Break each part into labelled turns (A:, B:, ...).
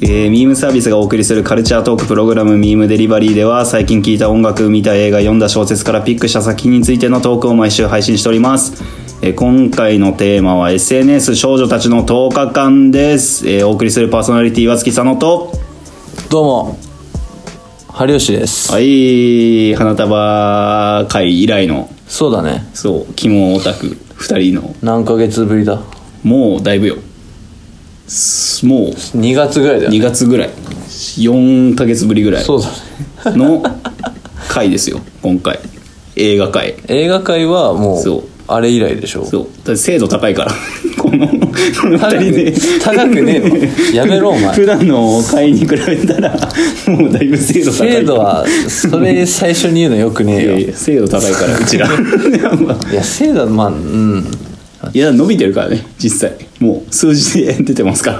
A: えー、ミームサービスがお送りするカルチャートークプログラムミームデリバリーでは最近聴いた音楽、見た映画、読んだ小説からピックした作品についてのトークを毎週配信しております。えー今回のテーマは SNS 少女たちの10日間です。えーお送りするパーソナリティは月佐野と、
B: どうも有吉です、
A: はい、花束会以来の、
B: そうだね
A: そう、キモオタク2人の、
B: 何ヶ月ぶりだ
A: もうだいぶよ。すもう
B: 2月ぐらいだよ、
A: 2
B: ね、
A: 月ぐらい、4ヶ月ぶりぐらい。
B: そうだね
A: の回ですよ今回映画回
B: 映画界はも
A: そう
B: うあれ以来でしょ
A: そうだって精度高いから このこの2
B: 高く
A: 人で
B: 高くねえのやめろお前
A: 普段の回に比べたらもうだいぶ精度高いから
B: 精度はそれ最初に言うのよく ね
A: い
B: え
A: や
B: よ
A: いや精度高いからうちら
B: いや精度はまあうん
A: いや伸びてるからね実際もう数字で出てますか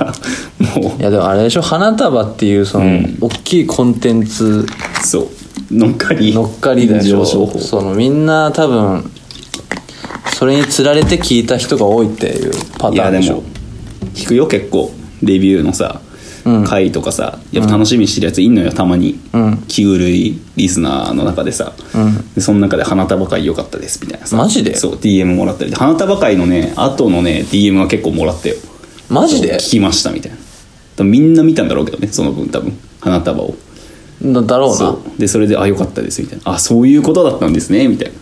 A: らも
B: いやでもあれでしょ花束っていうその、大きいコンテンツ
A: うそう乗っかり
B: 乗っかりだよ
A: 上昇法
B: そのみんな多分それにつられて聞いた人が多いっていうパ
A: い
B: ター
A: や
B: ン
A: で
B: でしょ
A: も聞くよ結構レビューのさ、回とかさやっぱ楽しみにしてるやついんのよたまに、気狂いリスナーの中でさ、でその中で「花束会良かったです」みたいなさ
B: マジで
A: そう DM もらったりで花束会のね後のね DM は結構もらったよ
B: マジで
A: 聞きましたみたいな多分みんな見たんだろうけどねその分多分花束を
B: だだろうな
A: そうでそれで「あ良かったです」みたいな「あそういうことだったんですね」みたい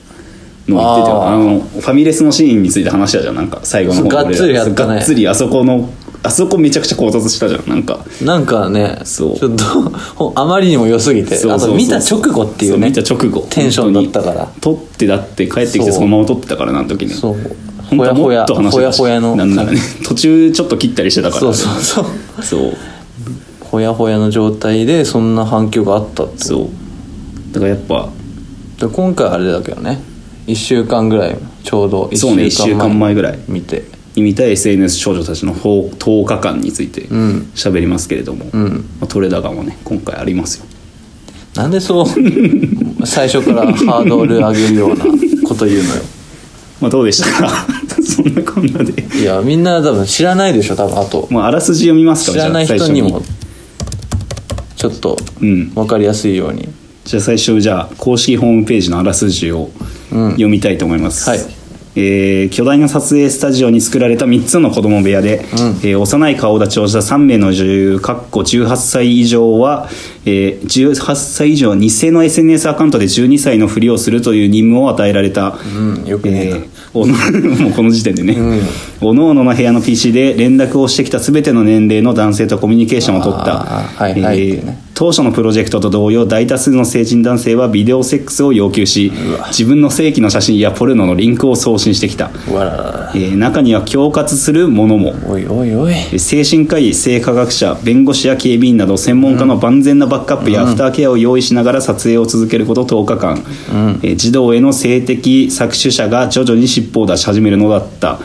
A: なのを言ってたよ
B: あー
A: あのファミレスのシーンについて話したじゃんなんか最後の方
B: そうがっつりやったね
A: そうがっつりあそこのあそこめちゃくちゃ考察したじゃんなんか
B: なんかね
A: そう
B: ちょっとほあまりにも良すぎて
A: そうそうそう
B: あと見た直後っていう
A: そ
B: ね
A: 見た直後
B: テンションだったから
A: 本当に撮ってだって帰ってき
B: そ
A: て
B: う
A: そのまま撮ってたからなあの時ね
B: そう
A: 本
B: ほ
A: 当は
B: や
A: も
B: ほ
A: っ
B: や
A: と話し
B: ほ
A: て
B: や
A: たし
B: ほやの
A: なんならね途中ちょっと切ったりしてたから
B: そうそうそう
A: そう
B: ほやほやの状態でそんな反響があったって
A: そうだからやっぱ
B: で今回あれだけどね1週間ぐらいちょうど1
A: そうね1週間前ぐらい
B: 見て
A: 見たい SNS 少女たちのほう10日間について喋りますけれども、まあ、トレダガもね今回ありますよ
B: なんでそう 最初からハードル上げるようなこと言うのよ
A: まあどうでした かそんなこんなで、
B: いやみんな多分知らないでしょ多分あと
A: まあ、あらすじ読みますか
B: 知らない
A: じゃあ
B: 人
A: 最初
B: にもちょっと
A: うん
B: 分かりやすいように、
A: じゃあ最初じゃあ公式ホームページのあらすじを読みたいと思います、
B: はい
A: えー巨大な撮影スタジオに作られた3つの子供部屋で、えー幼い顔立ちをした3名の女優かっこ18歳以上は、えー18歳以上は偽の SNS アカウントで12歳のふりをするという任務を与えられた、
B: うん、よくねえ
A: え
B: な、
A: ーおの もうこの時点でね、おのおのの部屋の PC で連絡をしてきた全ての年齢の男性とコミュニケーションを取った、
B: あーはいはいってね
A: 当初のプロジェクトと同様大多数の成人男性はビデオセックスを要求し自分の正規の写真やポルノのリンクを送信してきた、
B: わららら
A: えー中には恐喝するものも
B: おいおいおい
A: 精神科医性科学者弁護士や警備員など専門家の万全なバックアップやアフターケアを用意しながら撮影を続けること10日間、えー児童への性的搾取者が徐々に尻尾を出し始めるのだった、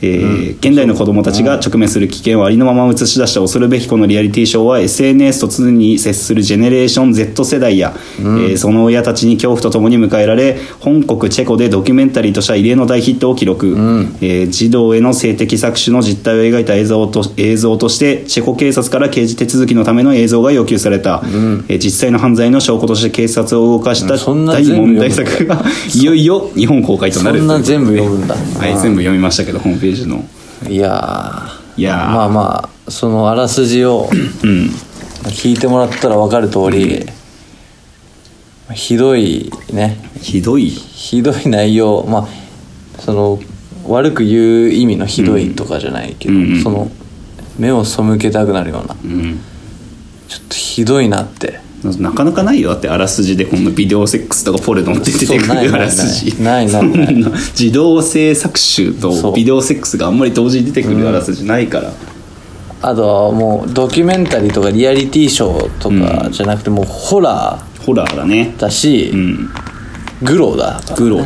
A: えー現代の子どもたちが直面する危険をありのまま映し出した恐るべきこのリアリティショーは SNS と常に接するジェネレーション Z 世代や、えーその親たちに恐怖とともに迎えられ本国チェコでドキュメンタリーとした異例の大ヒットを記録、えー児童への性的搾取の実態を描いた映像と映像としてチェコ警察から刑事手続きのための映像が要求された、えー実際の犯罪の証拠として警察を動かした
B: うんそんな
A: 大
B: 全部
A: 問題作がいよいよ日本公開とな
B: そ
A: る
B: んな全部
A: という
B: 読むんだ
A: ことではい全部読みましたけどホームページの
B: いやー
A: いやー
B: まあまあそのあらすじを
A: うん
B: 聞いてもらったら分かる通り、ひどいね
A: ひどい
B: ひどい内容まあその悪く言う意味のひどいとかじゃないけど、
A: うんうんうん
B: その目を背けたくなるような
A: うん
B: ちょっとひどいなって
A: なかなかないよだってあらすじでこんなビデオセックスとかポルノって出てく
B: そうない
A: るあ
B: ない
A: らすじ
B: ないないない
A: そん自動性搾取
B: そ
A: と
B: う
A: ビデオセックスがあんまり同時に出てくるあらすじないから、
B: あとはもうドキュメンタリーとかリアリティショーとかじゃなくてもうホラ
A: ホラーだね
B: ーだし、
A: うん
B: グロだ
A: グ ロ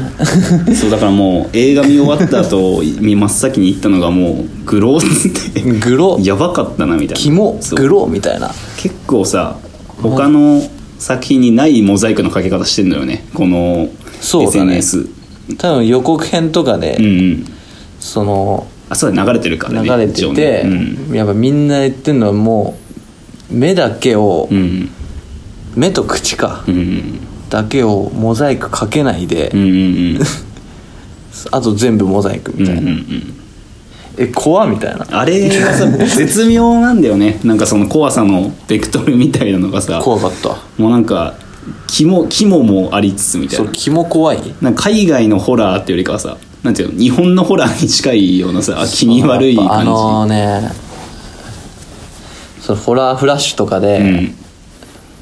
A: そうだからもう映画見終わった後み真っ先に行ったのがもうグロっつって
B: グロ
A: やばかったなみたいな
B: キモ
A: そう
B: グロみたいな
A: 結構さ他の作品にないモザイクのかけ方してんのよねこの
B: そうだね
A: SNS
B: 多分予告編とかで、
A: うんうん
B: その
A: あそうだ流れてるから
B: 流
A: ね
B: れ
A: 一
B: て
A: 応
B: て、
A: ねうん
B: やっぱみんな言ってるのはもう目だけを、
A: うん
B: 目と口か、
A: うんうん
B: だけをモザイクかけないで、
A: うんうん
B: あと全部モザイクみ
A: うんう
B: たい
A: んう
B: な、
A: んうん
B: え怖みたいな
A: あれがさ絶妙なんだよねなんかその怖さのベクトルみたいなのがさ
B: 怖かった
A: もうなんか肝肝もありつつみたい
B: そう
A: な
B: 気も怖い
A: なんか海外のホラーっていうよりかはさなんていうの日本のホラーに近いようなさ気味悪い感じ
B: あのねそのホラーフラッシュとかで、
A: うん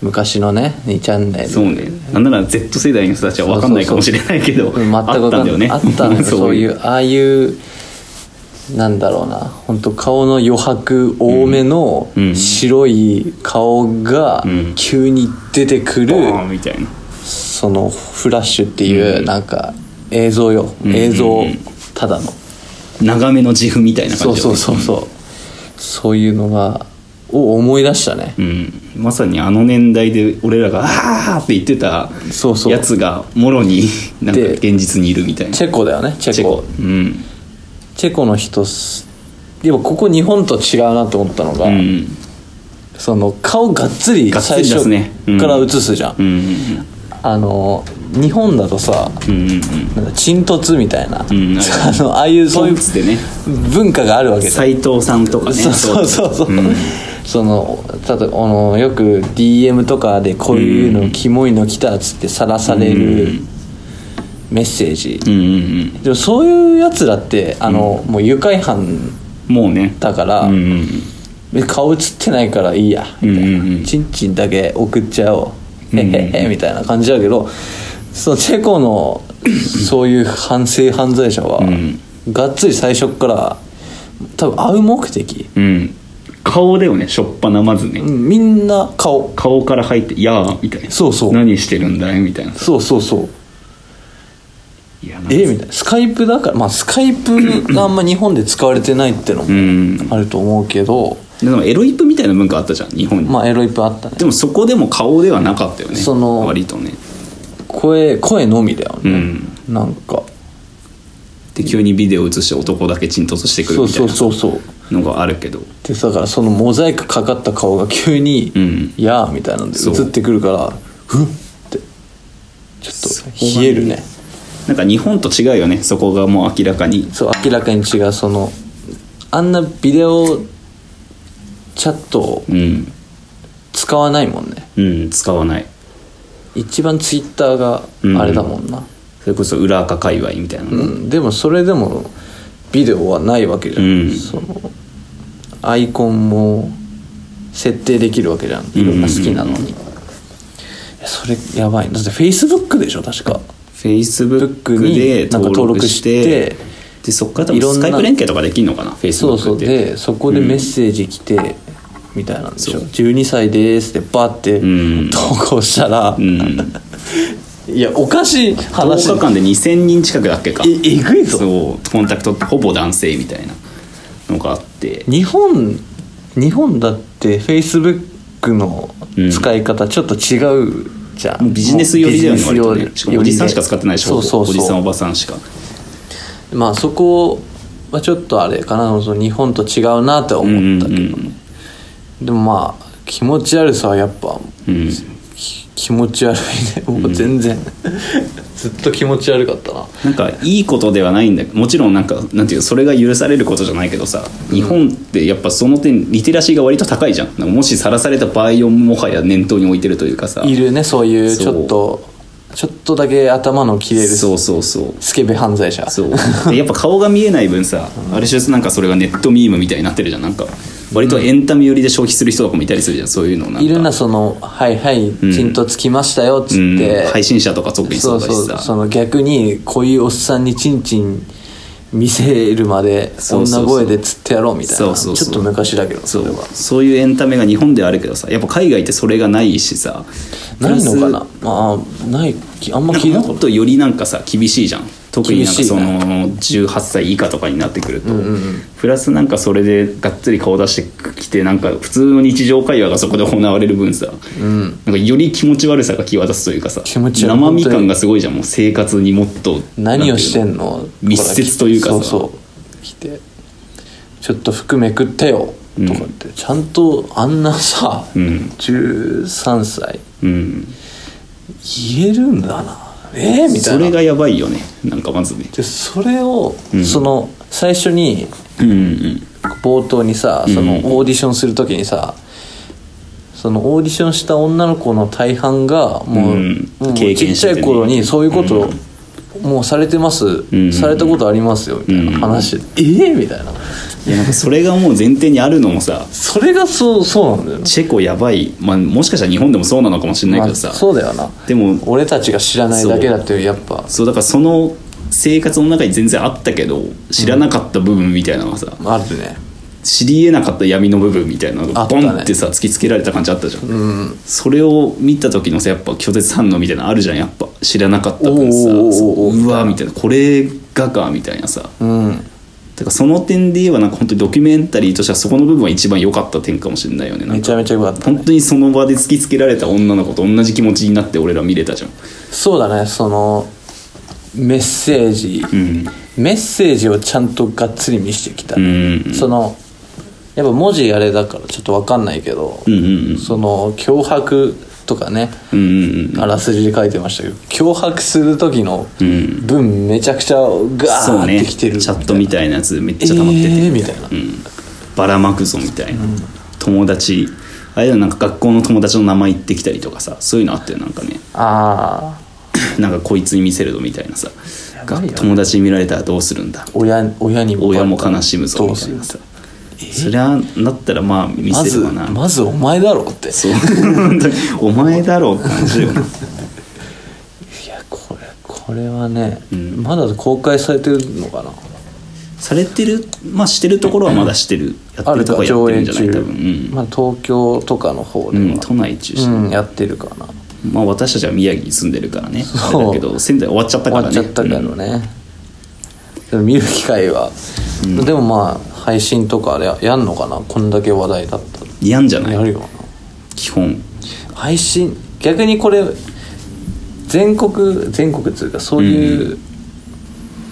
B: 昔のね2チャンネル
A: そうねなんなら Z 世代の人たちは分かんないかもしれないけど
B: うん全くわか
A: あったんだよね
B: あっ たんだよ
A: そう
B: そういうああいうなんだろうな本当顔の余白多めの
A: うん
B: 白い顔が
A: うん
B: 急に出てくる、
A: ボーンみたいな
B: そのフラッシュっていううんなんか映像よ、
A: んうん
B: 映像ただの、
A: 長めの自負みたいな
B: そ
A: 感
B: う
A: じ
B: そ
A: だよね
B: うそうそう、そういうのがを思い出したね、
A: うん、まさにあの年代で俺らが「ああ!」って言ってた
B: そうそう
A: やつがもろになんか
B: で
A: 現実にいるみたいな
B: チェコだよねチェコチェコ
A: うん
B: の人すでもここ日本と違うなと思ったのが、
A: うん
B: その顔がっつり
A: がっつ
B: 最
A: り出
B: 初
A: すねうん
B: から映すじゃん、
A: うん
B: あの日本だとさ
A: うんうんうん
B: なんか沈突みたいな、
A: ん
B: あのああいうそういう
A: ポンツでね
B: 文化があるわけだ
A: 斎藤さんとかね
B: そうそうそうそう、
A: ん
B: そのただあのよく DM とかでこういうの、キモいの来たっつってさらされるメッセージ、
A: うんうん
B: でもそういうやつらってあの、もう誘拐犯
A: うんもうね
B: だから、
A: うんうん
B: え顔映ってないからいいや
A: うん
B: みたい
A: うんうん
B: なチンチンだけ送っちゃおうへへへみたいな感じだけどそのチェコのそういう反省犯罪者は、
A: ん
B: がっつり最初っから多分会う目的
A: うん顔だよねしょっぱなまずね
B: うんみんな顔
A: 顔から入って「やあ」みたいな
B: そうそう
A: 何してるんだいみたいな
B: そうそうそう
A: いやなんか
B: えみたいなスカイプだからまあスカイプがあんま日本で使われてないっての
A: う
B: も
A: ん
B: あると思うけど、
A: でもエロイプみたいな文化あったじゃん日本に
B: まあエロいっぱいあったね
A: でもそこでも顔ではなかったよね
B: その
A: 割とね
B: 声声のみだよね、なんか
A: で急にビデオ映して男だけ沈突してくる
B: そう
A: みたい
B: そう
A: な
B: そうそう
A: のがあるけど
B: でだからそのモザイクかかった顔が急に「
A: うん
B: やあ」みたいなので
A: そう
B: 映ってくるからふっってちょっと冷えるね
A: なんか日本と違うよねそこがもう明らかに
B: そう明らかに違うそのあんなビデオチャットを
A: うん、
B: 使わないもんね
A: うん、使わない
B: 一番ツイッターがあれだもんな、
A: それこそ裏垢界隈みたいなの、
B: うんでもそれでもビデオはないわけじゃん、
A: うん
B: そのアイコンも設定できるわけじゃんいろんな好きなのに、いやそれやばいだってフェイスブックでしょ確か
A: Facebook
B: ブック
A: で
B: になんか
A: 登録して
B: 登録して
A: でそっから多
B: いろ
A: 分
B: ん
A: ス
B: な
A: カイプ連携とかできるのかな Facebook って
B: そうそうでそこでメッセージ来て、みたいなんでしょ
A: そう
B: 12歳ですってバーって
A: うん
B: 投稿したら、
A: うん、
B: いやおかしい
A: 10
B: 話
A: 日間で2000人近くだっけか
B: ええぐいぞ
A: そうコンタクトってほぼ男性みたいなのがあって
B: 日本日本だってフェイスブックの使い方ちょっと違うじゃん、
A: ビジネス寄りだよね
B: ビジネス寄り
A: 割とねしかもおじさんしか使ってないでしょ
B: そうそうそう
A: おじさんおばさんしか
B: まあそこはちょっとあれかなその日本と違うなとは思ったけどね、
A: うんうん
B: でもまあ気持ち悪さはやっぱ
A: うん
B: き気持ち悪いねもう全然、 ずっと気持ち悪かったな
A: なんかいいことではないんだけどもちろんなんかなんていうのそれが許されることじゃないけどさ日本ってやっぱその点リテラシーが割と高いじゃんなんかもしさらされた場合をもはや念頭に置いてるというかさ
B: いるねそういうち
A: そう
B: ょっとちょっとだけ頭の切れる
A: そうそうそう
B: スケベ犯罪者
A: そうでやっぱ顔が見えない分さある種なんかそれがネットミームみたいになってるじゃんなんか割とエンタメ寄りで消費する人とかもいたりするじゃんそういうのなんか
B: いるなその「はいはいちんとつきましたよ」っつっ
A: うん
B: て、
A: 配信者とか特に
B: そ
A: そう
B: う
A: だし
B: そ
A: さ
B: うその逆にこういうおっさんにちんちん見せるまで
A: そうそうそう
B: 女声で釣ってやろうみたいな
A: そうそうそう
B: ちょっと昔だけど
A: そ
B: れ
A: う
B: は
A: そういうエンタメが日本ではあるけどさやっぱ海外ってそれがないしさ
B: ないのかな
A: プ
B: まあないあんま
A: ラス
B: 聞い
A: な
B: た
A: んか
B: こ
A: もっ
B: と
A: とよりなんかさ厳しいじゃん特になんか
B: 厳しい
A: そ
B: な
A: の18歳以下とかになってくると、プラスなんかそれでがっつり顔出してきてなんか普通の日常会話がそこで行われる分さ、なんかより気持ち悪さが際立つというかさ
B: 気持ち悪い
A: 生身感がすごいじゃんもう生活にもっと
B: 何をして
A: なん
B: んの
A: 密接というかさ
B: そうそう来て「ちょっと服めくってよ」
A: うん
B: とかって、ちゃんとあんなさ、
A: うん
B: 13歳
A: ていうのうん
B: 言えるんだなえー、みたい
A: そ
B: な
A: れがやばいよねなんかまずね
B: でそれを、
A: うん
B: その最初に
A: うんうん
B: 冒頭にさそ
A: う
B: の
A: ん
B: オーディションする時にさ、そのオーディションした女の子の大半がもう,、
A: うん
B: もう
A: 経験して
B: ち
A: てね
B: っちゃい頃にそういうことを、もうされてます、
A: ん
B: されたことありますよみたいな話、ええみたいない
A: やなんかそれがもう前提にあるのもさ
B: それがそうそうなんだよね
A: チェコやばい、まあ、もしかしたら日本でもそうなのかもしれないけどさ、
B: まあそうだよな
A: でも
B: 俺たちが知らないだけだってやっぱ
A: そうだからその生活の中に全然あったけど知らなかった部分みたいなのがさ、
B: あるね
A: 知り得なかった闇の部分みたいなのが
B: あった
A: ボ
B: ね
A: ンってさ突きつけられた感じあったじゃん、それを見た時のさやっぱ拒絶反応みたいなのあるじゃんやっぱ知らなかった分さ
B: おーおーおーおー
A: うわみたいなこれがかみたいなさ
B: うん
A: だからその点で言えばなんか本当にドキュメンタリーとしてはそこの部分は一番良かった点かもしれないよねなん
B: め
A: か
B: ちゃめちゃよかった
A: 本当にその場で突きつけられた女の子と同じ気持ちになって俺ら見れたじゃん
B: そうだねそのメッセージ、
A: うん
B: メッセージをちゃんとがっつり見せてきた、
A: うん
B: そのやっぱ文字あれだからちょっとわかんないけど、
A: うんうん
B: その脅迫とかね、
A: うんうん
B: あらすじで書いてましたけど脅迫する時の
A: うん
B: 文めちゃくちゃガ
A: そう
B: ーっ
A: ね
B: て
A: チ
B: きてる
A: ャ
B: みたいな、
A: ットみたいなやつめっちゃ溜まってて、
B: えーみたいな、
A: うん、ばらまくぞみたいな、友達あれだよなんか学校の友達の名前言ってきたりとかさそういうのあったよなんかね
B: ああ
A: なんかこいつに見せるぞみたいなさ
B: やばいよね
A: 友達に見られたらどうするんだ
B: 親親に
A: 親も悲しむぞ
B: ど
A: み
B: う
A: た
B: す
A: い
B: る
A: なさそりゃなったらまあ見
B: ま
A: せ
B: ず
A: るわな、
B: まずお前だろうってい
A: そう本当にお前だろうって 感じよな
B: やこれこれはね、
A: うん
B: まだ公開されてるのかな
A: されてるまあしてるところはまだしてるやって
B: あ
A: る
B: る
A: と
B: か
A: こはやってるん
B: 上映
A: じゃない
B: 中
A: 多分、うん
B: まあ、東京とかの方で
A: う
B: は、
A: ん、都内中心、
B: うんやってるかな
A: まあ私たちは宮城に住んでるからねあ
B: そう
A: れだけど仙台終わっちゃった
B: 終
A: から
B: わ
A: ね
B: っちゃったから
A: うん
B: ね、でも見る機会は、でもまあ配信とかあれややんのかなこんだけ話題だったら
A: やんじゃない
B: やるよな
A: 基本
B: 配信逆にこれ全国全国っていうかそういうう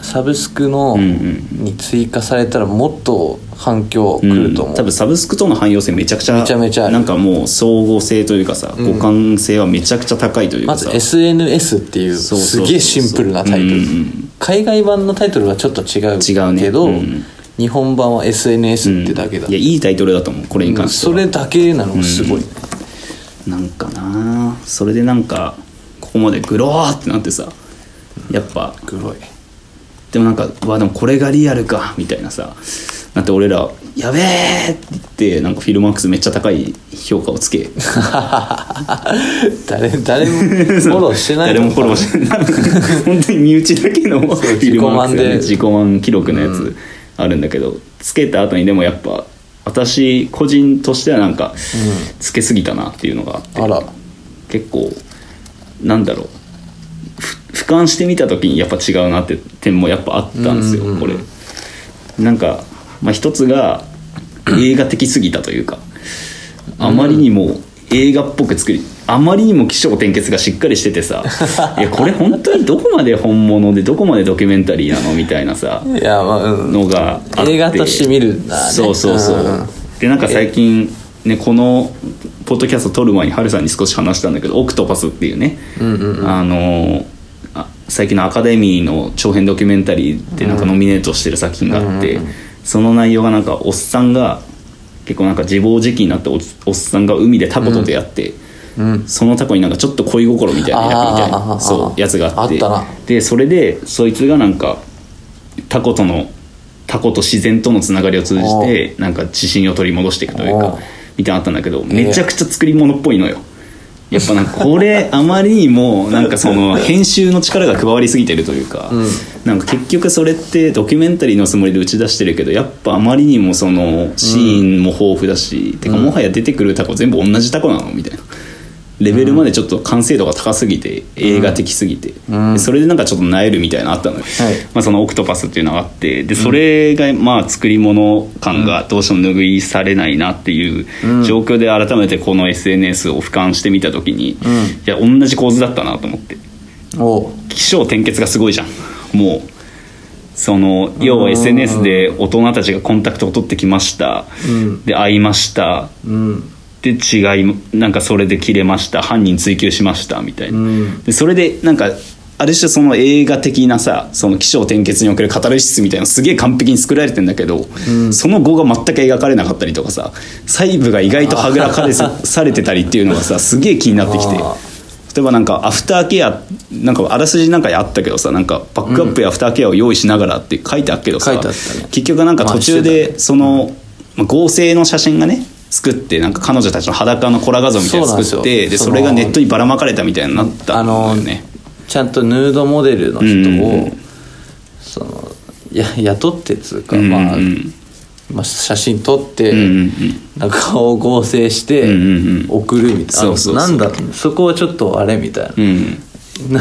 B: サブスクの、
A: うんうん
B: に追加されたらもっと反響来ると思う、
A: 多分サブスクとの汎用性めちゃくちゃ
B: めちゃめちゃある
A: なんかもう総合性というかさ、互換性はめちゃくちゃ高いという
B: ま
A: かさ、
B: ず SNS っていう
A: そうそうそう
B: す
A: そう
B: げえシンプルなタイトル
A: うんうん
B: 海外版のタイトルはちょっと違う
A: 違うね
B: けど、
A: うん
B: 日本版は SNS ってだけだ、
A: いやいいタイトルだと思うこれに関して
B: そ
A: は、
B: れだけなのがすごいね、
A: なんかなそれでなんかここまでグローってなってさやっぱ
B: 黒い
A: でもなんかうわでもこれがリアルかみたいなさなって俺ら「やべえ!」って言ってなんかフィルマークスめっちゃ高い評価をつけ
B: 誰誰もフォローしてな い
A: 誰もフォローしてない本当に身内だけのフィルマークスがね
B: 自
A: 自己満記録のやつあるんだけど、つけた後にでもやっぱ私個人としてはなんか、つけすぎたなっていうのがあって
B: あら
A: 結構なんだろうふ俯瞰してみた時にやっぱ違うなって点もやっぱあったんですよ、
B: うんうんうん
A: これなんか、まあ、一つが映画的すぎたというかあまりにも映画っぽく作りあまりにも起承転結がしっかりしててさいやこれ本当にどこまで本物でどこまでドキュメンタリーなのみたいなさ
B: いやまあうん
A: のがあって
B: 映画として見るんだね
A: そうそうそう、
B: うん
A: でなんか最近ねこのポッドキャスト撮る前にハルさんに少し話したんだけど「オクトパス」っていうね、あのーあ最近のアカデミーの長編ドキュメンタリーでなんかノミネートしてる作品があって、その内容がなんかおっさんが結構なんか自暴自棄になっておっおっさんが海でタコと出会って、そのタコになんかちょっと恋心みたいな抱くみたい
B: あーあーあ
A: な
B: ー
A: そうやつがあって
B: あったな
A: でそれでそいつがなんかタコとのタコと自然とのつながりを通じ
B: お
A: てなんか自信を取り戻していくという
B: お
A: か
B: う
A: みたいなのあったんだけどめちゃくちゃ作り物っぽいのよやっぱなんかこ れあまりにもなんかその編集の力が加わりすぎてるというか、なんか結局それってドキュメンタリーのつもりで打ち出してるけどやっぱあまりにもそのシーンも豊富だし、てかもはや出てくるタコ全部同じタコなのみたいなレベルまでちょっと完成度が高すぎて映画的すぎて、でそれでなんかちょっとなえるみたいなのあったので、
B: はい
A: まあ、その「オクトパス」っていうのがあってでそれがまあ作り物感がどうしても拭いされないなっていう状況で改めてこの SNS を俯瞰してみた時に、いや同じ構図だったなと思って。
B: おう
A: 起承転結がすごいじゃんもうその要は SNS で大人たちがコンタクトを取ってきました、
B: うん
A: で会いました
B: うん
A: で違いなんかそれで切れました犯人追及しましたみたいな、
B: うん
A: でそれでなんかある種その映画的なさその起承転結におけるカタルシスみたいなのすげえ完璧に作られてんだけど、その後が全く描かれなかったりとかさ細部が意外とはぐらかれせされてたりっていうのがさすげえ気になってきて
B: あ
A: 例えばなんかアフターケアなんかあらすじなんかにあったけどさなんかバックアップやアフターケアを用意しながらって書いてあるけどさ、
B: 書いてあったね
A: 結局なんか途中
B: まあして
A: でそのまあ合成の写真がね作ってなんか彼女たちの裸のコラ画像みたいなの
B: そ
A: 作
B: う
A: っ
B: なんです
A: て
B: よ
A: で
B: そ
A: そ
B: の
A: れがネットにばらまかれたみたいになった
B: あ
A: んだよ
B: の
A: ね
B: ちゃんとヌードモデルの人を、
A: うん
B: そのや雇ってっつうか、
A: うんうん
B: まあ
A: うん
B: まあ、写真撮って、
A: うんうん
B: なんか顔を合成して
A: うんうんうん
B: 送るみたいな、
A: そうそうそう
B: なんだそこはちょっとあれみたいな、
A: うん
B: な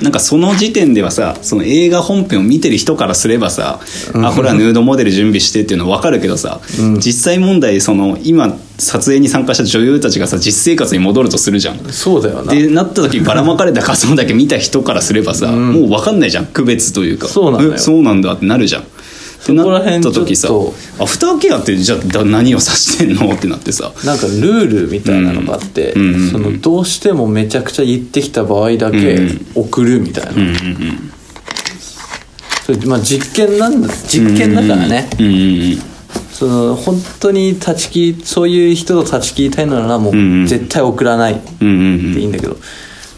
A: なんかその時点ではさその映画本編を見てる人からすればさ、あこれはヌードモデル準備してっていうの分かるけどさ、実際問題その今撮影に参加した女優たちがさ実生活に戻るとするじゃん。
B: そうだよな
A: でなった時ばらまかれた画像だけ見た人からすればさ、もう分かんないじゃん区別というか
B: そうなんだよ
A: えそうなんだってなるじゃん。ってな
B: こら
A: っ
B: 辺
A: た時さ
B: ちょ
A: アフターケアってじゃあだ何を指してんのってなってさ
B: なんかルールみたいなのがあって、
A: うんうんうん
B: そのどうしてもめちゃくちゃ言ってきた場合だけ送るみたいな、それまあ実験なんだ実験だからね、
A: うんうん
B: その本当に断ち切りそういう人と断ち切りたいのならも
A: んう
B: うん絶対送らないっ
A: う
B: て
A: んうんうん
B: いいんだけど、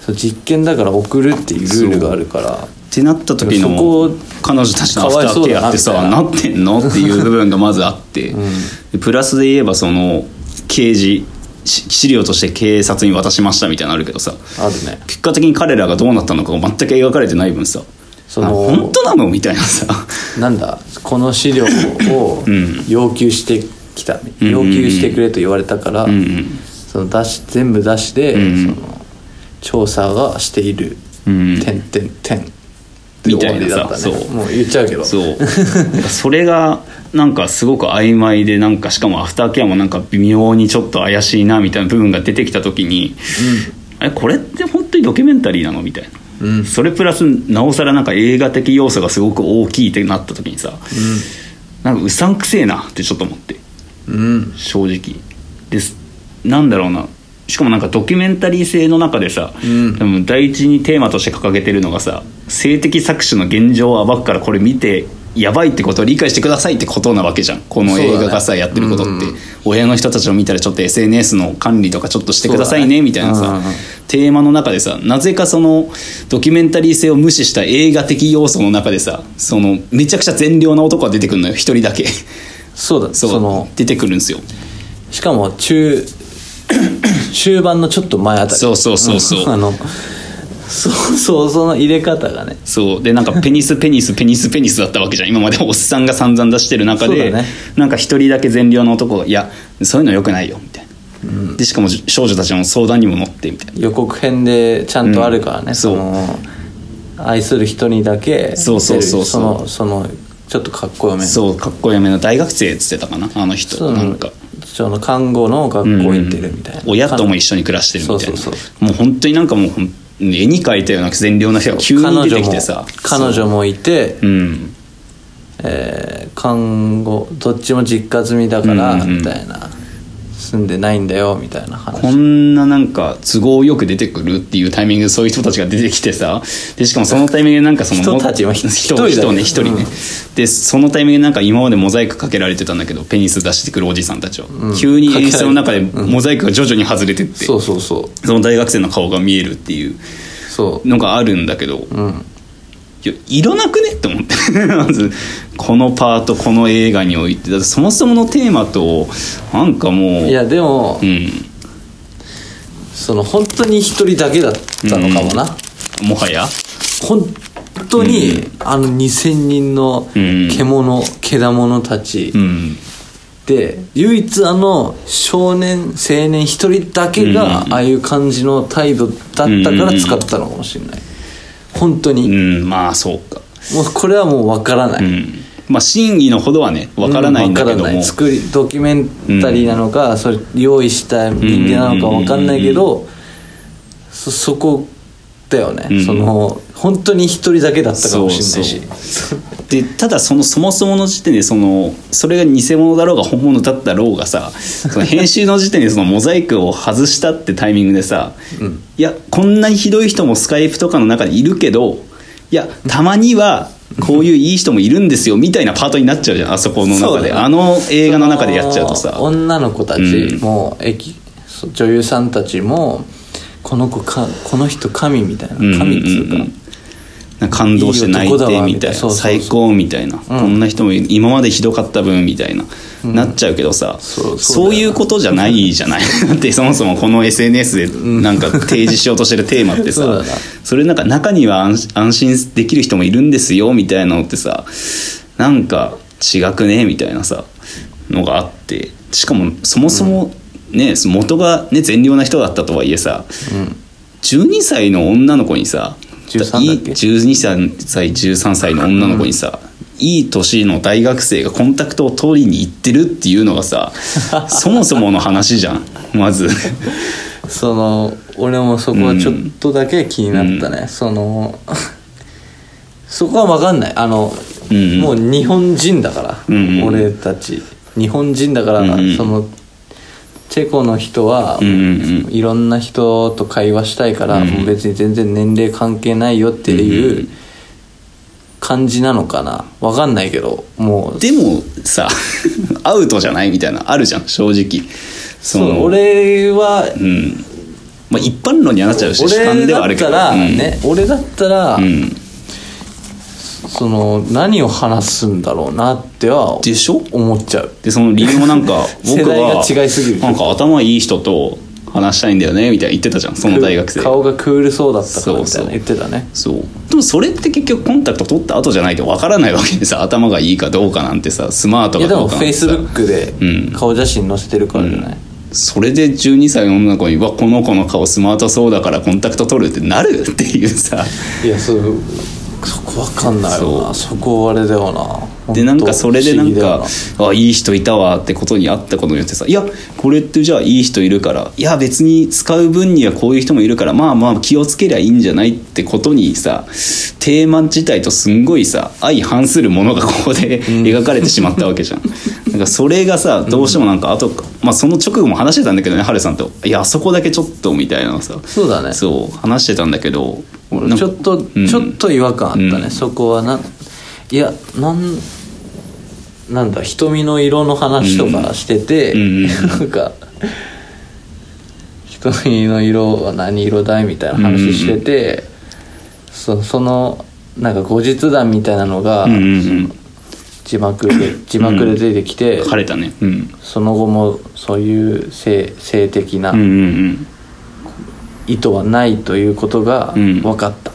B: その実験だから送るっていうルールがあるから
A: ってなった時
B: そこ
A: の彼女たちのアフターケアって
B: かわ
A: さ
B: いそうだな
A: なってんのっていう部分がまずあ って、でプラスで言えばその刑事し資料として警察に渡しましたみたいなのあるけどさ
B: あるね
A: 結果的に彼らがどうなったのかが全く描かれてない分さ
B: その
A: あ本当なのみたいなさ
B: なんだこの資料を
A: ん
B: 要求してきた、
A: ん
B: 要求してくれと言われたから、
A: んうん
B: その出し全部出して、
A: んうん
B: その調査がしている、
A: うん
B: 点点点
A: みたいなさ
B: で終わりだったね
A: そう
B: もう言っちゃうけど
A: そう なんかそれがなんかすごく曖昧でなんかしかもアフターケアもなんか微妙にちょっと怪しいなみたいな部分が出てきた時に、あれこれって本当にドキュメンタリーなのみたいな、
B: うん
A: それプラスなおさらなんか映画的要素がすごく大きいってなった時にさ、なんかうさんくせえなってちょっと思って
B: うん
A: 正直ですなんだろうなしかもなんかドキュメンタリー性の中でさ、
B: ん
A: 多分第一にテーマとして掲げてるのがさ性的搾取の現状を暴くからこれ見てやばいってことを理解してくださいってことなわけじゃんこの映画が
B: そ
A: さ、
B: うだね
A: やってることって、
B: うん
A: 親の人たちを見たらちょっと SNS の管理とかちょっとしてください
B: そうだ
A: ね
B: ね
A: みたいな
B: うん
A: さ、
B: うんうん
A: テーマの中でさなぜかそのドキュメンタリー性を無視した映画的要素の中でさそのめちゃくちゃ善良な男が出てくるのよ一人だけ
B: そうだ
A: そう
B: その
A: 出てくるんですよ
B: しかも 中終盤のちょっと前あたり
A: そうそうそうそうん
B: あのそうそうその入れ方がね
A: そうでなんかペニスペニスペニスペニスだったわけじゃん今までおっさんが散々出してる中
B: そ
A: で、
B: うだね
A: なんか一人だけ善良な男が「いやそういうのよくないよ」みたいな、でしかも少女たちの相談にも乗ってみたいな
B: 予告編でちゃんとあるからね、
A: うん
B: その愛する人にだけ
A: そうそうそうそう
B: 出るそのそのちょっとかっこよめの
A: そうかっこよめの大学生っつってたかなあの人
B: その
A: なんか
B: その看護の学校行ってるみたいな、
A: 親とも一緒に暮らしてるみたいな
B: そうそう
A: もう本当になんかもうほん絵に描いたような善良な人が急
B: 彼
A: に出
B: 女
A: てき
B: も
A: てさ
B: 彼女もいて、
A: うん
B: えー看護どっちも実家住みだから、
A: うんうんうん
B: みたいな住んでないんだよみたいな
A: こ
B: 話
A: んななんか都合よく出てくるっていうタイミングでそういう人たちが出てきてさでしかもそのタイミングでなんかその
B: 人たちは
A: 人
B: 一人
A: 人
B: だよ
A: 人ね一人ね、
B: うん
A: でそのタイミングでなんか今までモザイクかけられてたんだけどペニス出してくるおじさんたちは、急に演出の中でモザイクが徐々に外れてって、
B: そうそうそう
A: その大学生の顔が見えるっていう
B: そう
A: のがあるんだけど、いやいらなくねって思って まずこのパートこの映画においてだってそもそものテーマとなんかもう
B: いやでも、
A: うん
B: その本当に一人だけだったのかもな、
A: もはや
B: 本当に、あの2,000人の
A: うん
B: 獣、獣たち
A: うん
B: で唯一あの少年青年一人だけがああいう感じの態度だったから使ったのかもしれない本当に、
A: う
B: も
A: んまあそうか
B: うこれはもうわからない、
A: うんまあ真偽のほどはねわからないんだけ
B: わ
A: ど
B: から
A: も、
B: ない作りドキュメンタリーなのか、それ用意した人間なのかわかんないけど、そそこだよね、
A: うん
B: その本当に一人だけだったかもしれないし
A: でただそのそもそもの時点でそのそれが偽物だろうが本物だったろうが さその編集の時点でそのモザイクを外したってタイミングでさ、いやこんなにひどい人もスカイプとかの中にいるけどいやたまにはこういういい人もいるんですよみたいなパートになっちゃうじゃんあそこの
B: そ
A: 中
B: う
A: で、
B: だね
A: あの映画の中でやっちゃうと
B: そ
A: さ
B: の女の子た
A: う
B: ち
A: ん
B: も、駅そう女優さんたちもこの子かこの人神みたいな
A: うんうんうん
B: 神っつうか、
A: なんか感動して泣いて
B: いい男だわ
A: みたい
B: みたいなそ
A: な
B: うそうそう
A: 最高みたいな、こんな人もいる今までひどかった分みたいな、なっちゃうけどさ
B: そう
A: そ
B: そうだよな
A: ういうことじゃないじゃ ないだってそもそもこの SNS でなんか提示しようとしてるテーマって
B: そうだ
A: さ
B: な
A: それなんか中には安安心できる人もいるんですよみたいなのってさなんか違くねみたいなさのがあってしかもそもそもね、元がね善良な人だったとはいえさ、12歳の女の子にさ
B: 13だっ
A: い
B: け
A: い12歳13歳の女の子にさ、いい年の大学生がコンタクトを取りに行ってるっていうのが さそもそもの話じゃんまず
B: その俺もそこはちょっとだけ気になったね、その そこは分かんないあの、
A: うん
B: もう日本人だから、
A: うんうん
B: 俺たち日本人だから、
A: うんうん
B: そのチェコの人は、
A: うんうん
B: いろんな人と会話したいから、
A: うん
B: もう別に全然年齢関係ないよって
A: うんう
B: い
A: ん
B: う感じなのかな分かんないけどもう
A: でもさアウトじゃないみたいなあるじゃん正直そ
B: そ
A: の
B: う俺は
A: うんまあ一般論にはなっちゃうし主観
B: 俺
A: で
B: だ
A: はある
B: っ
A: け
B: た
A: ど
B: ら、
A: うん
B: ね俺だったら、
A: うん
B: その何を話すんだろうなっては
A: でしょ
B: 思っちゃう
A: でその理由もなんか僕
B: 世代が
A: は
B: 違いすぎる
A: なんか頭いい人と話したいんだよねみたいな言ってたじゃんその大学生
B: 顔がクールそうだったからみた
A: そそ
B: いう
A: う
B: な言ってたね
A: そうでもそれって結局コンタクト取った後じゃないとわからないわけでさ頭がいいかどうかなんてさスマート
B: いや
A: か
B: で
A: ど
B: も
A: うか
B: フ
A: なん
B: ェ
A: て
B: イス
A: さ
B: ブックで
A: うん
B: 顔写真載せてるからじゃない、
A: それで12歳の女の子に「わこの子の顔スマートそうだからコンタクト取る」ってなるっていうさ
B: いやそうそこわかんないよなそこあれだよな
A: でなんか
B: 本当
A: それでなん
B: 不思議だよ
A: か「あいい人いたわ」ってことにあったことによってさ「いやこれってじゃあいい人いるからいや別に使う分にはこういう人もいるからまあまあ気をつけりゃいいんじゃない」ってことにさテーマ自体とすんごいさ相反するものがここで描かれてしまったわけ じゃん。なんかそれがさどうしてもなんかあと、まあ、その直後も話してたんだけどねハルさんと「いやあそこだけちょっと」みたいなさ
B: そうだね
A: そう話してたんだけど
B: 俺ちょっと、
A: うん
B: ちょっと違和感あったね、
A: うん
B: そこはないやなんなんだ瞳の色の話とかしてて、
A: うんうん
B: なんか瞳の色は何色だいみたいな話してて、そそのなんか後日談みたいなのが、
A: うんうん
B: 字幕で字幕で出てきて、
A: うん晴れたねうん
B: その後もそういう性性的な
A: うんうんうん
B: 意図はないということが
A: うん
B: 分かった、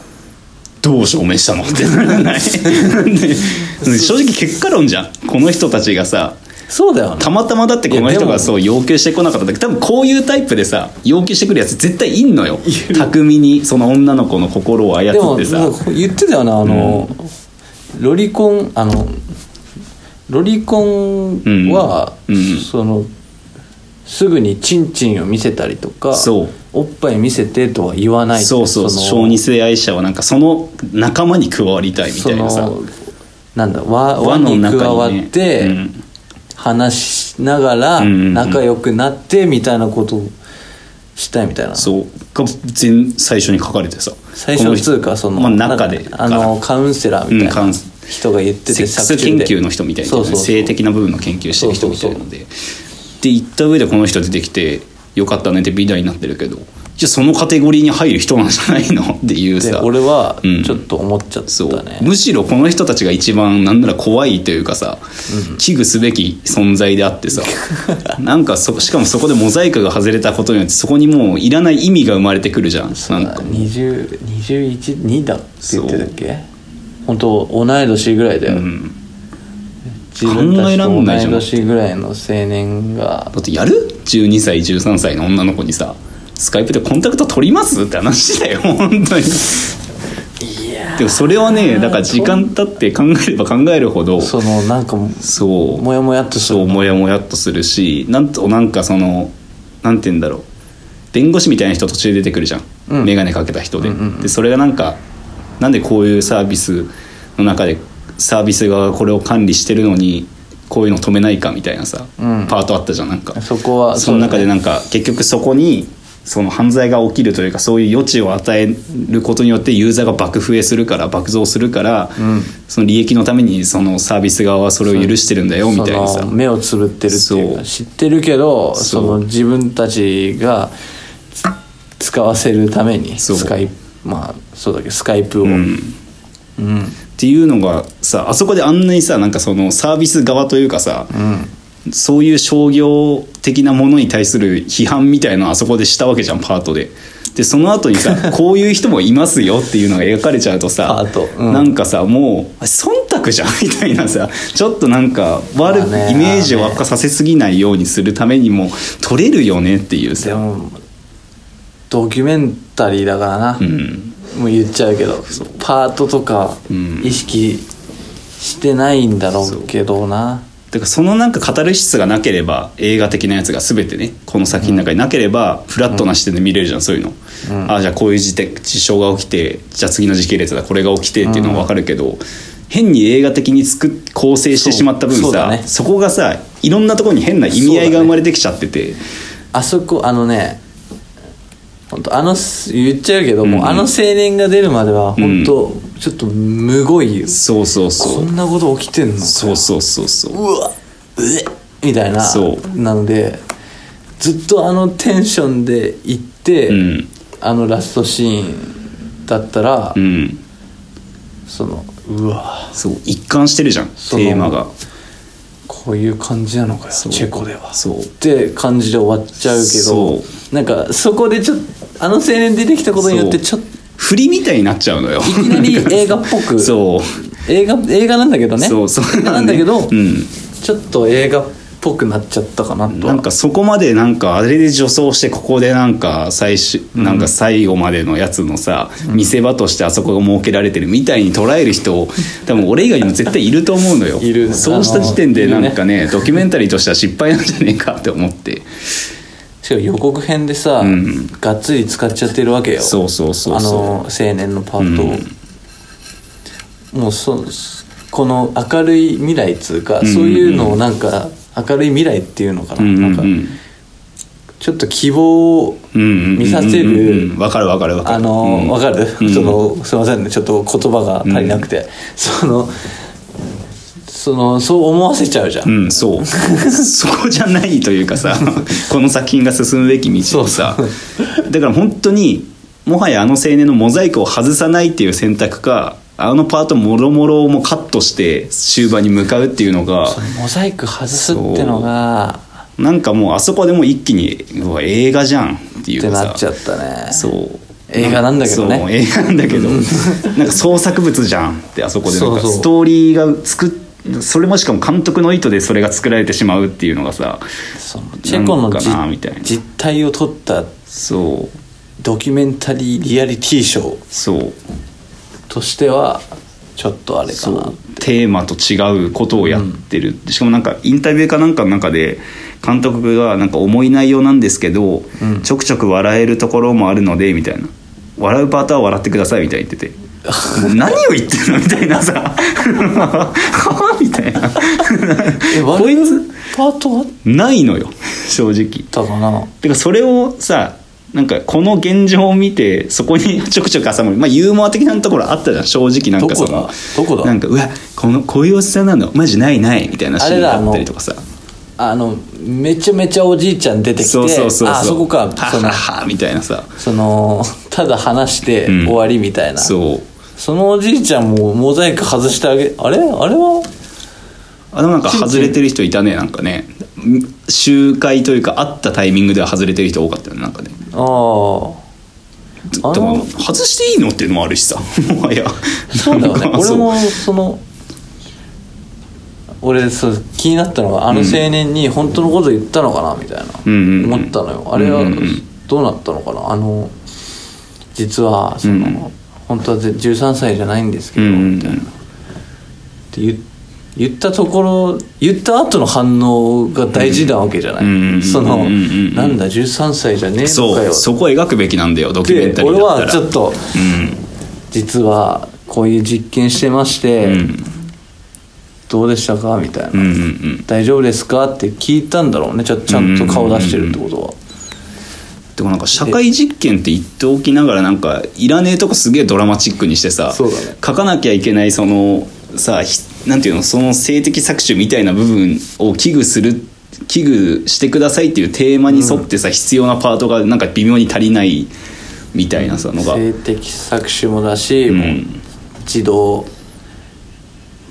A: どう証明したの ってならないで正直結果論じゃんこの人たちがさ
B: そうだよね
A: たまたまだってこの人
B: いやで
A: が
B: も
A: そう要求してこなかっただけ多分こういうタイプでさ要求してくるやつ絶対いんのよ巧みにその女の子の心を操
B: でも
A: ってさ
B: もう言ってたよなあの、ロリコンあのロリコンは、
A: うんうん
B: そのすぐにチンチンを見せたりとか
A: そう
B: おっぱい見せてとは言わない
A: そうそう
B: の
A: 小児性愛者はなんかその仲間に加わりたいみたいなさ
B: そのなんだ輪輪に加わ
A: ね
B: って、
A: うん
B: 話しながら
A: うんうんうん
B: 仲良くなってみたいなことをしたいみたいな
A: そうが全最初に書かれてさ
B: 最初
A: こ
B: の
A: 人
B: 通過その、
A: まあ、中で
B: あのカウンセラーみたい
A: うんカウ
B: な
A: ンセ
B: 人が言って
A: セ
B: て
A: ックス研究の人みたいなね、
B: そうそうそう
A: 性的な部分の研究してる人みたいなのでで行った上でこの人出てきて「よかったね」って美談になってるけどじゃあそのカテゴリーに入る人なんじゃないのっていう
B: で
A: さ
B: 俺は
A: うん
B: ちょっと思っちゃっ
A: そう
B: たね、
A: むしろこの人たちが一番なんなら怖いというかさ、危惧すべき存在であって さなんかそしかもそこでモザイクが外れたことによってそこにもういらない意味が生まれてくるじゃんなんか
B: 202だって言ってたっ
A: そう
B: け本当同い年ぐらいだよ、
A: うん
B: 自分たちと
A: 考えらん
B: 同
A: ないじゃ
B: い
A: ん
B: 年ぐらいの青年が
A: だってやる12歳13歳の女の子にさスカイプでコンタクト取りますって話だよ 本当に
B: いや
A: でもそれはねだから時間経って考えれば考えるほど
B: そのなんか
A: そう
B: もやもやっとす
A: そう
B: る
A: モヤモヤっとするしなんとなんかそのなんて言うんだろう弁護士みたいな人途中で出てくるじゃん、
B: うん
A: 眼鏡かけた人で,、
B: うんうんうん
A: でそれがなんかなんでこういうサービスの中でサービス側がこれを管理してるのにこういうの止めないかみたいなさ、
B: うん
A: パートあったじゃんなんか
B: そこは
A: その中で
B: な
A: なんか結局そこにその犯罪が起きるというかそういう余地を与えることによってユーザーが爆増えするから爆増するから、
B: ん
A: その利益のためにそのサービス側はそれを許してるんだよみたいなさ
B: 目をつぶってるっていう
A: そ
B: か
A: う
B: 知ってるけどそ
A: そう
B: の自分たちがつ使わせるために
A: そう
B: スカイまあそうだけどスカイプを、
A: うん、っ
B: うん
A: ていうのがさあそこであんなにさなんかそのサービス側というかさ、
B: うん
A: そういう商業的なものに対する批判みたいのをあそこでしたわけじゃんパートで。でその後に さこういう人もいますよっていうのが描かれちゃうとさ
B: パートうん
A: なんかさもう忖度じゃんみたいな さちょっとなんか悪く
B: まあね
A: イメージを悪化させすぎないようにするためにも取れるよねっていう
B: で
A: さ、
B: もドキュメンタリーだからな、
A: うん、
B: もう言っちゃうけどパートとか
A: うん
B: 意識してないんだろうけどな、
A: だからそのなんか語る質がなければ映画的なやつが全てねこの作品の中になければフラットな視点で見れるじゃん、そういうの、ああじゃあこういう事態事象が起きてじゃあ次の時系列だこれが起きてっていうのは分かるけど、変に映画的に作っ構成してしまった分さ
B: そう
A: そ
B: そうだね
A: こがさいろんなところに変な意味合いが生まれてきちゃってて、
B: あそこあのね本当あのす言っちゃうけど、も
A: うん
B: うあの青年が出るまでは本当、ちょっとむごいよ
A: そうそう
B: こ
A: そうん
B: なこと起きてんの
A: そうそうそうそう
B: うわうえみたいな
A: そう
B: なのでずっとあのテンションで行って、
A: うん
B: あのラストシーンだったら、
A: うん
B: そのうわ
A: そう一貫してるじゃんテ
B: その
A: ーマが
B: こういう感じなのかよ
A: そう
B: チェコでは
A: そう
B: って感じで終わっちゃうけ
A: そ
B: どなんかそこでちょっとあの青年出てきたことによってちょっと
A: 振りみたいになっちゃうのよ
B: いきなり映画っぽ く
A: そう
B: 映画映画なんだけどね
A: そうそう
B: 映画なんだけど、
A: うん
B: ちょっと映画っぽくなっちゃったかなとは
A: なんかそこまでなんかあれで助走してここでなんか最終なんか最後までのやつのさ、見せ場としてあそこが設けられてるみたいに捉える人多分俺以外にも絶対いると思うのよ
B: いる
A: そうした時点でなんかねドキュメンタリーとしては失敗なんじゃねえかって思って
B: しかも予告編でさ、
A: ん
B: がっつり使っちゃってるわけよ
A: そうそうそう
B: あ
A: そう
B: の青年のパートを、もうそこの明るい未来っつうか、
A: んうん
B: そういうのをなんか明るい未来っていうのかな,、
A: うんうんう
B: なんんかちょっと希望を
A: うんうんうんうん
B: 見させる
A: わかるわかるわかる
B: あの、わかる、
A: うん
B: そのすいませんねちょっと言葉が足りなくて、そのそのそう思わせちゃうじゃん、
A: うん、 そうそこじゃないというかさこの作品が進むべき道をさだから本当にもはやあの青年のモザイクを外さないっていう選択かあのパートもろもろをもうカットして終盤に向かうっていうのが
B: そのモザイク外すってのが
A: なんかもうあそこでもう一気にうわ映画じゃんってい
B: って
A: うさ
B: なっちゃったね
A: そう
B: 映画なんだけどね
A: そう映画なんだけ どなんか創作物じゃんってあそこでなんか
B: そうそう
A: ストーリーが作っそれもしかも監督の意図でそれが作られてしまうっていうのがさ
B: そのチェコのじ
A: なんかなみたいな
B: 実態を撮った
A: そう
B: ドキュメンタリーリアリティショー
A: そう
B: としてはちょっとあれか
A: そ
B: な
A: うテーマと違うことをやってる、しかもなんかインタビューかなんかの中で監督がなんか重い内容なんですけど、
B: うん
A: ちょくちょく笑えるところもあるのでみたいな笑うパートは笑ってくださいみたいに言っててもう何を言ってるのみたいなさ はあみたいな
B: え
A: こいつ
B: パートあっ
A: ないのよ正直
B: たかな
A: てかそれをさなんかこの現状を見てそこに ちょくちょく挟む、まあ、ユーモア的なところあったじゃん正直なんかその
B: どこだどこだ
A: なんかうわこのこういうおっさんなのマジないないみたいなシーンがあったりとかさ
B: あのめちゃめちゃおじいちゃん出てきて
A: そうそうそうう
B: あそこか
A: は
B: そ
A: は
B: の
A: はみたいなさ
B: そのただ話して
A: うん
B: 終わりみたいな、
A: そう
B: そのおじいちゃんもモザイク外してあげあれあれは
A: あでもなんか外れてる人いたねなんかね集会というか会ったタイミングでは外れてる人多かったよねなんかね
B: ああ
A: で
B: あの
A: も外していいのっていうの もあるしさもはや
B: そうだよね
A: なんか
B: 俺も
A: そう
B: その俺そう気になったのはあの青年に本当のこと言ったのかなみたいな、
A: うんうんうん
B: 思ったのよあれは
A: うんうんうん
B: どうなったのかなあの実はその、
A: うんうん
B: 本当はぜ13歳じゃないんですけど、
A: うんうんうん
B: みたいなって言言ったところ言った後の反応が大事なわけじゃない、
A: うんうんうんうん
B: その、
A: うんうんうん
B: なんだ13歳じゃねえのか
A: そ
B: よ
A: うそこを描くべきなんだよドキュメ
B: で
A: ンタリー
B: 俺
A: だったら
B: はちょっと実はこういう実験してまして、
A: うん
B: どうでしたかみたいな、
A: うんうんうん
B: 大丈夫ですかって聞いたんだろうねちゃちゃんと顔出してるってことは
A: でもなんか社会実験って言っておきながらなんかいらねえとこすげえドラマチックにしてさ、
B: そうだね
A: 書かなきゃいけないそのさひなんていうのその性的搾取みたいな部分を危惧する危惧してくださいっていうテーマに沿ってさ、必要なパートがなんか微妙に足りないみたいなさのが、
B: 性的搾取もだし、
A: うん
B: もう自動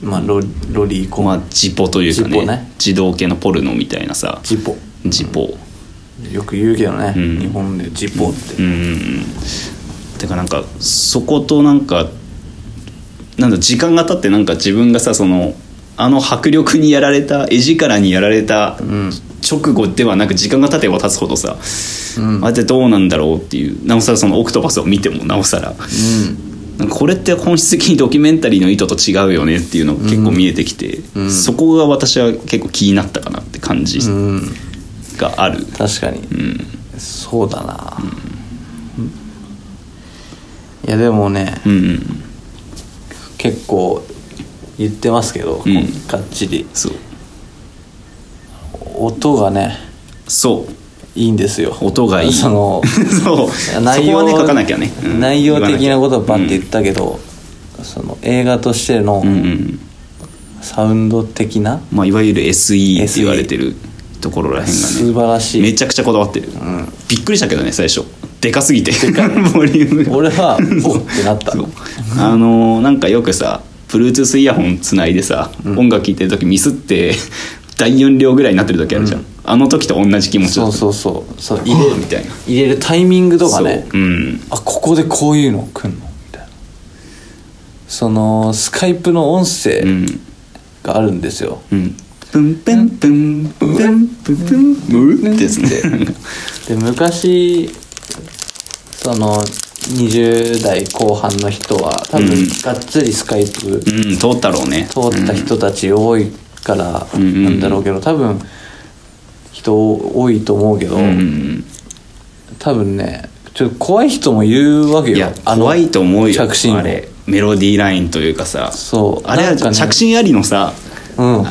B: まあロロリーコン、
A: まあジポというかね
B: ジポね
A: 自動系のポルノみたいなさ
B: ジポ
A: ジポ
B: よく言うけどね、
A: うん
B: 日本でジポって、
A: うんうんうんてかなんかそことなんかなんだ時間が経ってなんか自分がさそのあの迫力にやられた絵力にやられた直後ではなく時間が経てば経つほどさ、
B: うん
A: あれってどうなんだろうっていうなおさらその「オクトパス」を見てもなおさら、なんかこれって本質的にドキュメンタリーの意図と違うよねっていうのが結構見えてきて、
B: うん
A: そこが私は結構気になったかなって感じ
B: うん、うん、
A: がある。
B: 確かに、
A: うん
B: そうだな、いやでもね、
A: うんうん、
B: 結構言ってますけど、
A: うん
B: がっちり
A: そう
B: 音がね
A: そう
B: いいんですよ
A: 音がいい
B: その
A: そう
B: 内容
A: そこはね書かなきゃね、うん
B: 内容的なことはバッて言ったけど、その映画としての
A: うんうんうん
B: サウンド的な、
A: まあ、いわゆる SE って言われてるところらへんがね
B: 素晴らしい
A: めちゃくちゃこだわってる、
B: ん
A: びっくりしたけどね最初でかすぎて ボリュームが
B: 俺 はおってなった
A: そうあのーなんかよくさ Bluetooth イヤホンつないでさ、音楽聴いてる時ミスって 第4量ぐらいになってる時あるじゃん、あの時と同じ気持ちだ
B: そ
A: っ
B: う
A: た
B: そうそうそう入
A: は
B: れ
A: あ
B: る
A: みたいな
B: 入れるタイミングとかね
A: そううん
B: あここでこういうの来んのみたいなそのスカイプの音声
A: うん
B: があるんですよ、
A: うんプンプンプンプンプンプンプンプンってですね
B: で昔その20代後半の人は多分
A: うん
B: がっつりスカイプ
A: うん通ったろうね
B: 通った人たち多いから
A: うん
B: なんだろうけど多分人多いと思うけど
A: うんうん
B: 多分ねちょっと怖い人もいるわけ
A: い
B: よ
A: や怖いと思うよ
B: 着信音
A: あれメロディーラインというかさ
B: そう
A: あれは
B: なんかね
A: 着信ありのさ
B: うん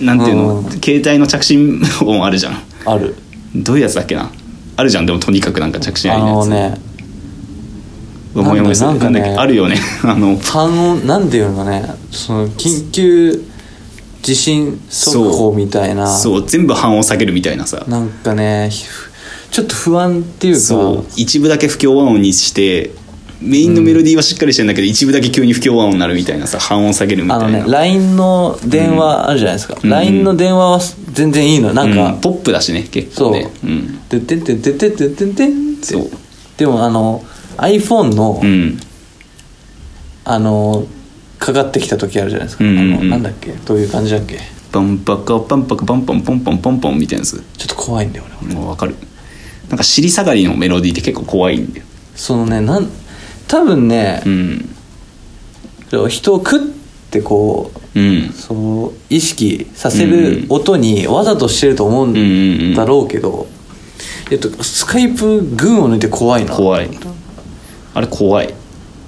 A: なんていうの、
B: うん
A: 携帯の着信音あるじゃん
B: ある
A: どういうやつだっけなあるじゃんでもとにかくなんか着信あ
B: あ
A: りのや
B: の
A: つ
B: ね
A: 思い思いする
B: なんか
A: な
B: ね
A: んだっけあるよねあの
B: 単音なんていうのかねその緊急地震速報みたいな
A: そう全部半音下げるみたいなさ
B: なんかねひちょっと不安っていうか
A: そう一部だけ不協和音にしてメインのメロディーはしっかりしてんだけど、一部だけ急に不協和音になるみたいなさ半音下げるみた
B: あ
A: いな
B: のね LINE の電話あるじゃないですか、
A: ん
B: LINE の電話は全然いいのなんか、
A: うんポップだしね結
B: そう
A: 構ねうん
B: 「てってってってってってってってん」って
A: そう
B: でもあの iPhone の、
A: うん
B: あのかかってきた時あるじゃないですか、
A: うんうんうん
B: あのなんだっけどういう感じだっけち
A: パンパカパンパカパンパンポンポンポンポンみたいなやつ
B: ょっと怖いんだよ俺
A: もうわかるなんか尻下がりのメロディーって結構怖いんだよ
B: そのねなん多分ね
A: う、ん
B: 人をクッてこう
A: うん
B: そう意識させ
A: うん
B: る
A: うん
B: 音にわざとしてると思
A: うん
B: う
A: うんうん
B: だろうけど、えっと、スカイプ群を抜いて怖いな
A: 怖いあれ怖い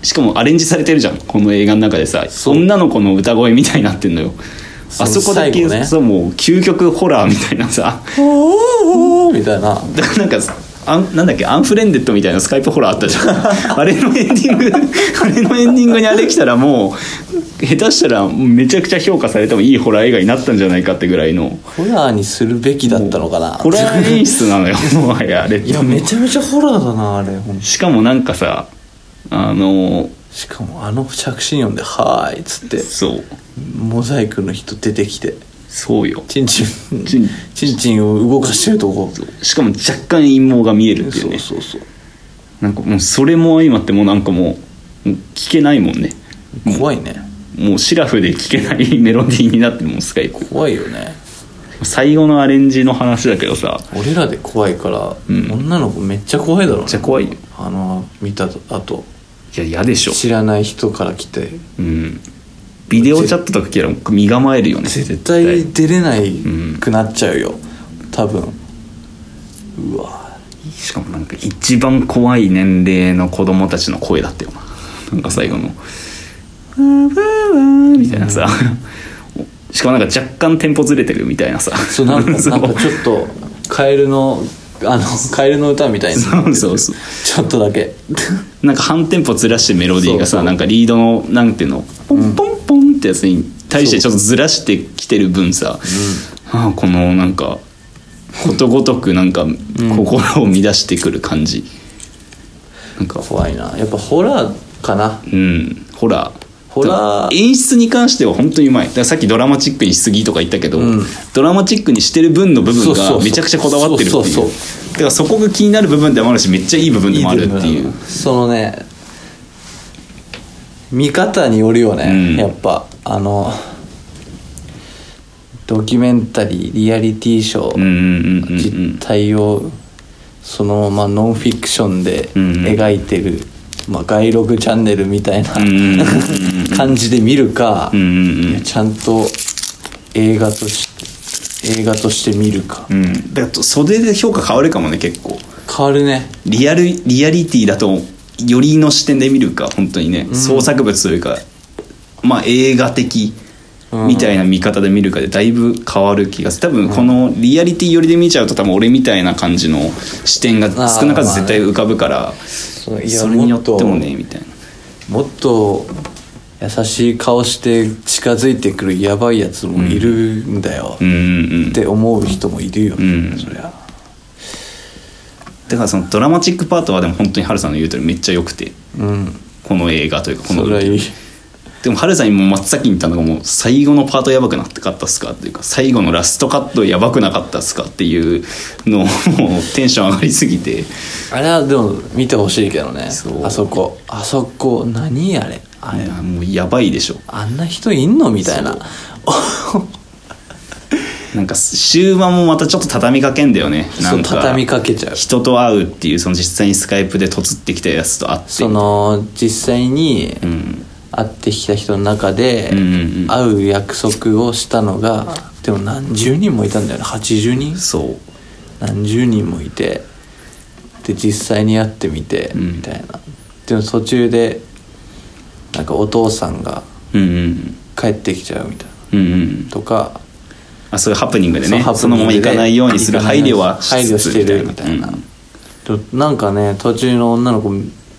A: しかもアレンジされてるじゃんこの映画の中でさ
B: そう
A: 女の子の歌声みたいになってんのよ
B: そ
A: あ
B: う
A: そこだ
B: 最
A: け
B: 後ね
A: そうもう究極ホラーみたいなさ
B: おーおーおーみたい
A: だ
B: な
A: からなんかあんなんだっけアンフレンデッドみたいなスカイプホラーあったじゃ んあれのエンディングあれのエンディングにあれ来たらもう下手したらめちゃくちゃ評価されてもいいホラー映画になったんじゃないかってぐらいの
B: ホラーにするべきだったのかな
A: ホラー演出なの よもはやあれ
B: いやめちゃめちゃホラーだなあれほんと
A: しかもなんかさあの
B: しかもあの着信音で「はーい」っつって
A: そう
B: モザイクの人出てきて
A: そうよ
B: チンチン
A: チン
B: チンチンを動かしてるとこ
A: しかも若干陰謀が見えるっていう
B: そう
A: ね
B: そうそう
A: なんかもうそれも相まってもうなんかもうもう聞けないもんね
B: 怖いね
A: もうシラフで聴けないメロディーになってるもんスカイコ
B: 怖いよね
A: 最後のアレンジの話だけどさ
B: 俺らで怖いから、
A: うん
B: 女の子めっちゃ怖いだろう
A: めっ
B: ね
A: ちゃ怖いよ
B: あの見たあと
A: いや嫌でしょ
B: 知らない人から来て
A: うんビデオチャットとか聞いたら身構えるよね
B: 絶対出れない
A: ん
B: くなっちゃうよ、多分うわ
A: しかもなんか一番怖い年齢の子供たちの声だったよななんか最後の「わーわーわーみたいなさ、しかもなんか若干テンポずれてるみたいなさ
B: そうなん か
A: そう
B: なんかちょっとカエルのあのカエルの歌みたいな
A: そうそうそう
B: ちょっとだけ
A: なんか半テンポずらしてメロディーが
B: そうそ
A: さ
B: う
A: なんかリードのなんていうのポンポンポンってやつに対してちょっとずらしてきてる分さ、ああこのなんかことごとくなんか心を乱してくる感じ、なんか
B: 怖いなやっぱホラーかな
A: うんホラー
B: ホラー
A: 演出に関しては本当にうまいだからさっきドラマチックにしすぎとか言ったけど、
B: ん
A: ドラマチックにしてる分の部分
B: そうそうそ
A: が
B: う
A: めちゃくちゃこだわってるっていう
B: そうそう
A: だからそこが気になる部分でもあるしめっちゃいい部分でもあるっていう
B: そのね見方によるよね、
A: うん
B: やっぱあのドキュメンタリーリアリティショ
A: うんう
B: ー、
A: んうんうんうん
B: 実態をそのままノンフィクションで
A: うんうん
B: 描いてる、まあ、外録チャンネルみたいな
A: うんうんうんうん
B: 感じで見るか、
A: うんうん
B: いやちゃんと映画とし映画として見るか、
A: うんだから袖で評価変わるかもね結構
B: 変わるね
A: リアルリアリティだとよりの視点で見るか本当にね、創作物というかまあ映画的みたいな見方で見るかでだいぶ変わる気がする多分このリアリティ寄りで見ちゃうと多分俺みたいな感じの視点が
B: ー
A: 少なからず絶対浮かぶから
B: そういや
A: それによってもね
B: もっと
A: みたいな
B: もっと優しい顔して近づいてくるやばいやつもいるんだよ、
A: うんうんうん
B: って思う人もいるよ、
A: うん
B: そりゃ
A: だからそのドラマチックパートはでも本当にハルさんの言う通りめっちゃ良くて
B: うん
A: この映画というかこの
B: それはいい
A: でも春さんにも真っ先に言ったのがもう最後のパートやばくなってかったっすかっていうか最後のラストカットやばくなかったっすかっていうのをもうテンション上がりすぎて
B: あれはでも見てほしいけどね
A: そう
B: あそこあそこ何あれあ
A: あ
B: れ、
A: れはもうやばいでしょ
B: あんな人いんのみたいな
A: なんか終盤もまたちょっと畳みかけんだよねな
B: そ
A: ん
B: う
A: か
B: 畳みかけちゃう
A: 人と会うっていうその実際にスカイプで突ってきたやつと会って
B: その実際に
A: うん
B: 会ってきた人の中で、
A: うんうんうん
B: 会う約束をしたのがでも何十人もいたんだよね80人
A: そう
B: 何十人もいてで実際にやってみて、
A: うん
B: みたいなでも途中でなんかお父さんが
A: うんうん
B: 帰ってきちゃうみたい
A: うんうん
B: なとか
A: あそういうハプニングで
B: う
A: ね
B: ハ
A: そ
B: プニ
A: の
B: ング
A: まま
B: で
A: 行かないようにする配慮は
B: 配慮してるみたいな、
A: うん
B: でなんかね途中の女の子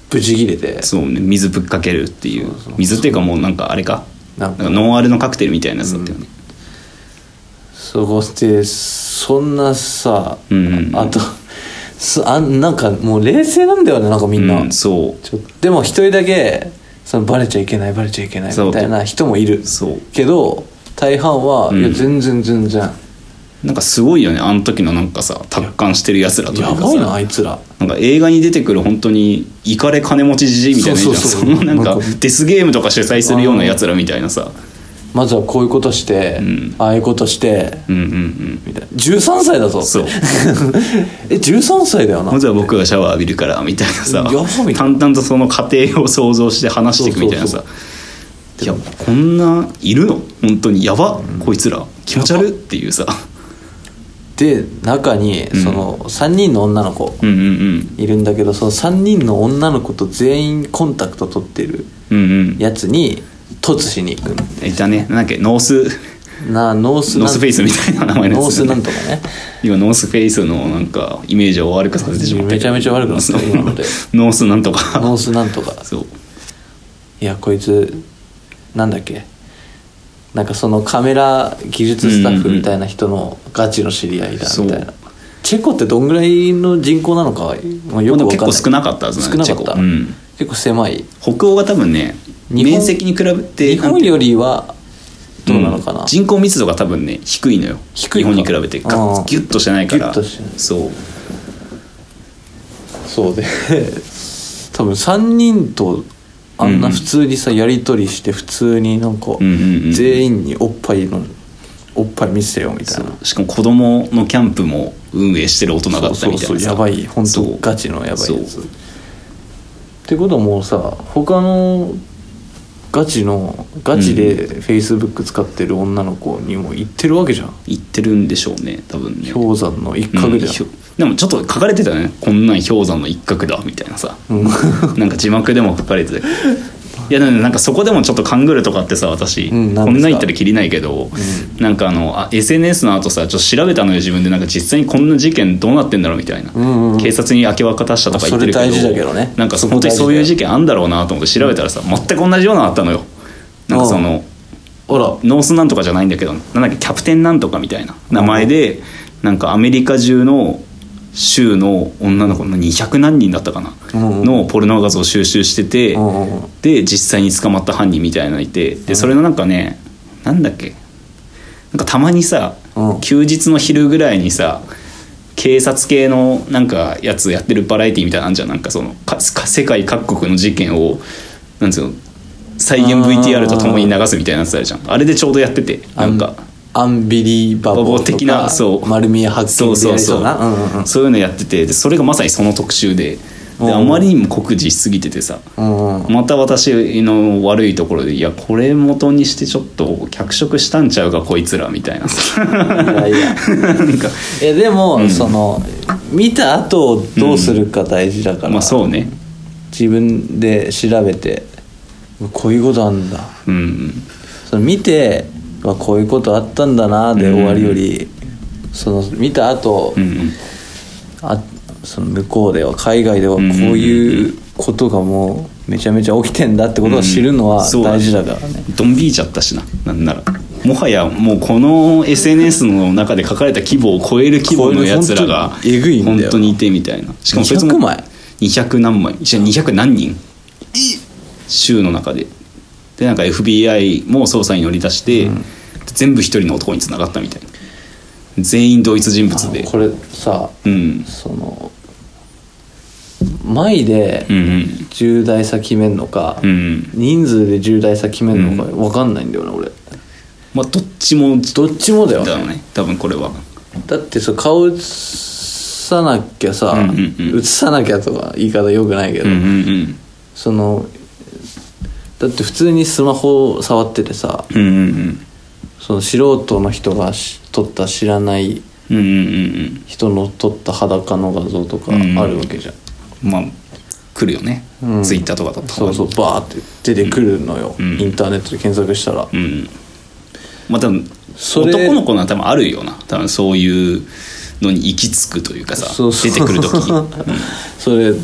B: ブチ切れて
A: そうね水ぶっかけるっていう
B: そうそう
A: 水っていうかもうなんかあれか
B: な
A: なんん
B: か
A: かノンアルのカクテルみたいなやつだったよね、
B: そこしてそんなさ、
A: うんうんうん
B: あとすあなんかもう冷静なんだよねなんかみんな、
A: うんそ
B: ちょでも一人だけそのバレちゃいけないバレちゃいけないみたいな人もいる
A: うそう
B: けど大半は、
A: うん
B: いや全然全然
A: なんかすごいよねあの時のなんかさ達観してるやつらという
B: や
A: かさ
B: ばいなあいつら
A: なんか映画に出てくる本当にイカレ金持ちじじいみたいな
B: そう
A: やつ
B: そう
A: じゃん
B: そ
A: そ
B: う
A: のなん
B: な
A: か
B: んか
A: デスゲームとか主催するようなやつらみたいなさ
B: まずはこういうことして、
A: ん
B: ああいうことして
A: うんうんうん
B: みたいな13歳だぞ
A: そう
B: え13歳だよな
A: まずは僕がシャワー浴びるからみたいなさ
B: やばみたいな
A: 淡々とその過程を想像して話していくみたいな
B: そ
A: さ
B: う
A: いやこんないるの本当にやば、こいつら気持ち悪っていうさ
B: で中にその3人の女の子
A: うんうん
B: いるんだけどその3人の女の子と全員コンタクト取ってる
A: うんうんうん
B: やつに突しに行く
A: いたねなんだっけノース
B: なノース
A: ノースフェイ
B: ス
A: スみたいな名前の
B: ノ
A: や
B: ー
A: つ
B: ス
A: だね
B: なんとか ね
A: 今ノースフェイスのなんかイメージを悪くさせてしまったけど
B: めちゃめちゃ悪くなった今ので
A: ノースなんとか
B: ノースなんとか
A: そう
B: いやこいつなんだっけなんかそのカメラ技術スタッフみたいな人のガチの知り合いだみたいな、
A: そう
B: チェコってどんぐらいの人口なのかはもうよく
A: で
B: わ
A: も
B: かんない
A: 結構少なかったはず
B: 少
A: だね
B: なかっ
A: チ
B: た、
A: ェコうん
B: 結構狭い
A: 北欧が多分ね
B: 日本
A: 面積に比べて
B: 日本よりはどうなのかな、
A: ん人口密度が多分ね低いのよ
B: 低いか
A: 日本に比べてガ
B: あー
A: ッギュッとしてないから
B: ギュッとしてない
A: そう
B: そうで多分3人とあんな普通にさやり取りして普通になんか
A: んうんうん
B: 全員におっぱいのおっぱい見せよみたいな
A: しかも子供のキャンプも運営してる大人だったみたいなさ
B: そうそうそうやばい本
A: そ
B: 当
A: う
B: ガチのやばいやつ
A: そう
B: ってことはもうさ他のガチのガチでフェイスブック使ってる女の子にも言ってるわけじゃん
A: 言ってるんでしょうね多分ね
B: 氷山の一角じゃ
A: う
B: ん、
A: んひょでもちょっと書かれてたねこんなん氷山の一角だみたいな さ
B: うん
A: なんか字幕でも書かれ てたいやでもなんかそこでもちょっと勘ぐるとかってさ私、
B: うんなんですか
A: こんなん言ったらきりないけど、なんかあのあ SNS の後さちょっと調べたのよ自分でなんか実際にこんな事件どうなってんだろうみたいな、
B: んうんうん
A: 警察に明け渡したとか言ってるけど
B: あそれ大事だけどね
A: なんかそう本当にそういう事件あんだろうなと思って調べたらさ全く同じようなのあったのよなんかその、
B: ほら
A: ノースなんとかじゃないんだけどなんだっけキャプテンなんとかみたいな名前でなんかアメリカ中の州の女の子の200何人だったかな
B: うんうん
A: のポルノ画像を収集してて
B: うんうんうん
A: で実際に捕まった犯人みたいなのいてでそれのなんかねなんだっけなんかたまにさ
B: うん
A: 休日の昼ぐらいにさ警察系のなんかやつやってるバラエティみたいなのあんじゃんなんかそのかか世界各国の事件をなんつうの再現 VTR とともに流すみたいなやつあるじゃんあれでちょうどやっててなんか
B: アンビリーバボーとか
A: 的なそう
B: 丸見え発
A: そ
B: 見
A: う
B: で
A: そ
B: や
A: う
B: り
A: そ
B: そう
A: う
B: なうんうんうん
A: そういうのやっててでそれがまさにその特集で
B: うん
A: であまりにも酷似しすぎててさ
B: うんうん
A: また私の悪いところでいやこれ元にしてちょっと脚色したんちゃうかこいつらみたいなさ
B: いやい や
A: なんか
B: いやでも、その見た後どうするか大事だから、
A: まあそうね
B: 自分で調べてこういうことあんだ
A: うん
B: その見てうわこういうことあったんだなで終わりより、その見た後、
A: うん
B: あその向こうでは海外ではこういうことがもうめちゃめちゃ起きてんだってことを知るのは
A: そうだね
B: 大事だからね、
A: ドン引いちゃったしななんならもはやもうこの SNS の中で書かれた規模を超える規模のやつらが
B: 超える本当にえぐいんだよ
A: 本当にいてみたいなしかもそいつも
B: 200枚
A: 200何枚じゃあ200何人州の中ででなんか FBI も捜査に乗り出して、全部一人の男につながったみたいな全員同一人物で
B: これさ
A: うん
B: その前で
A: うんうん
B: 重大さ決めんのか、
A: うん
B: 人数で重大さ決めんのか分かんないんだよな、俺
A: まあどっちもど
B: どっちもだよ
A: だろうね多分これは
B: だってさ顔映さなきゃさ、
A: うんうんうん
B: 映さなきゃとか言い方よくないけど、
A: うんうん
B: そのだって普通にスマホを触っててさ
A: うんうんうん
B: その素人の人がし撮った知らない
A: うんうんうんうん
B: 人の撮った裸の画像とか
A: うん
B: あるわけじゃん、
A: まあ来るよね、
B: うん
A: ツイッターとかだと
B: そうそうバーって出てくるのよ、
A: うん
B: インターネットで検索したら、
A: うんまあ多分
B: それ
A: 男の子のは多分あるよな多分そういうのに行き着くというかさ
B: そうそう
A: 出てくる時 に、
B: それで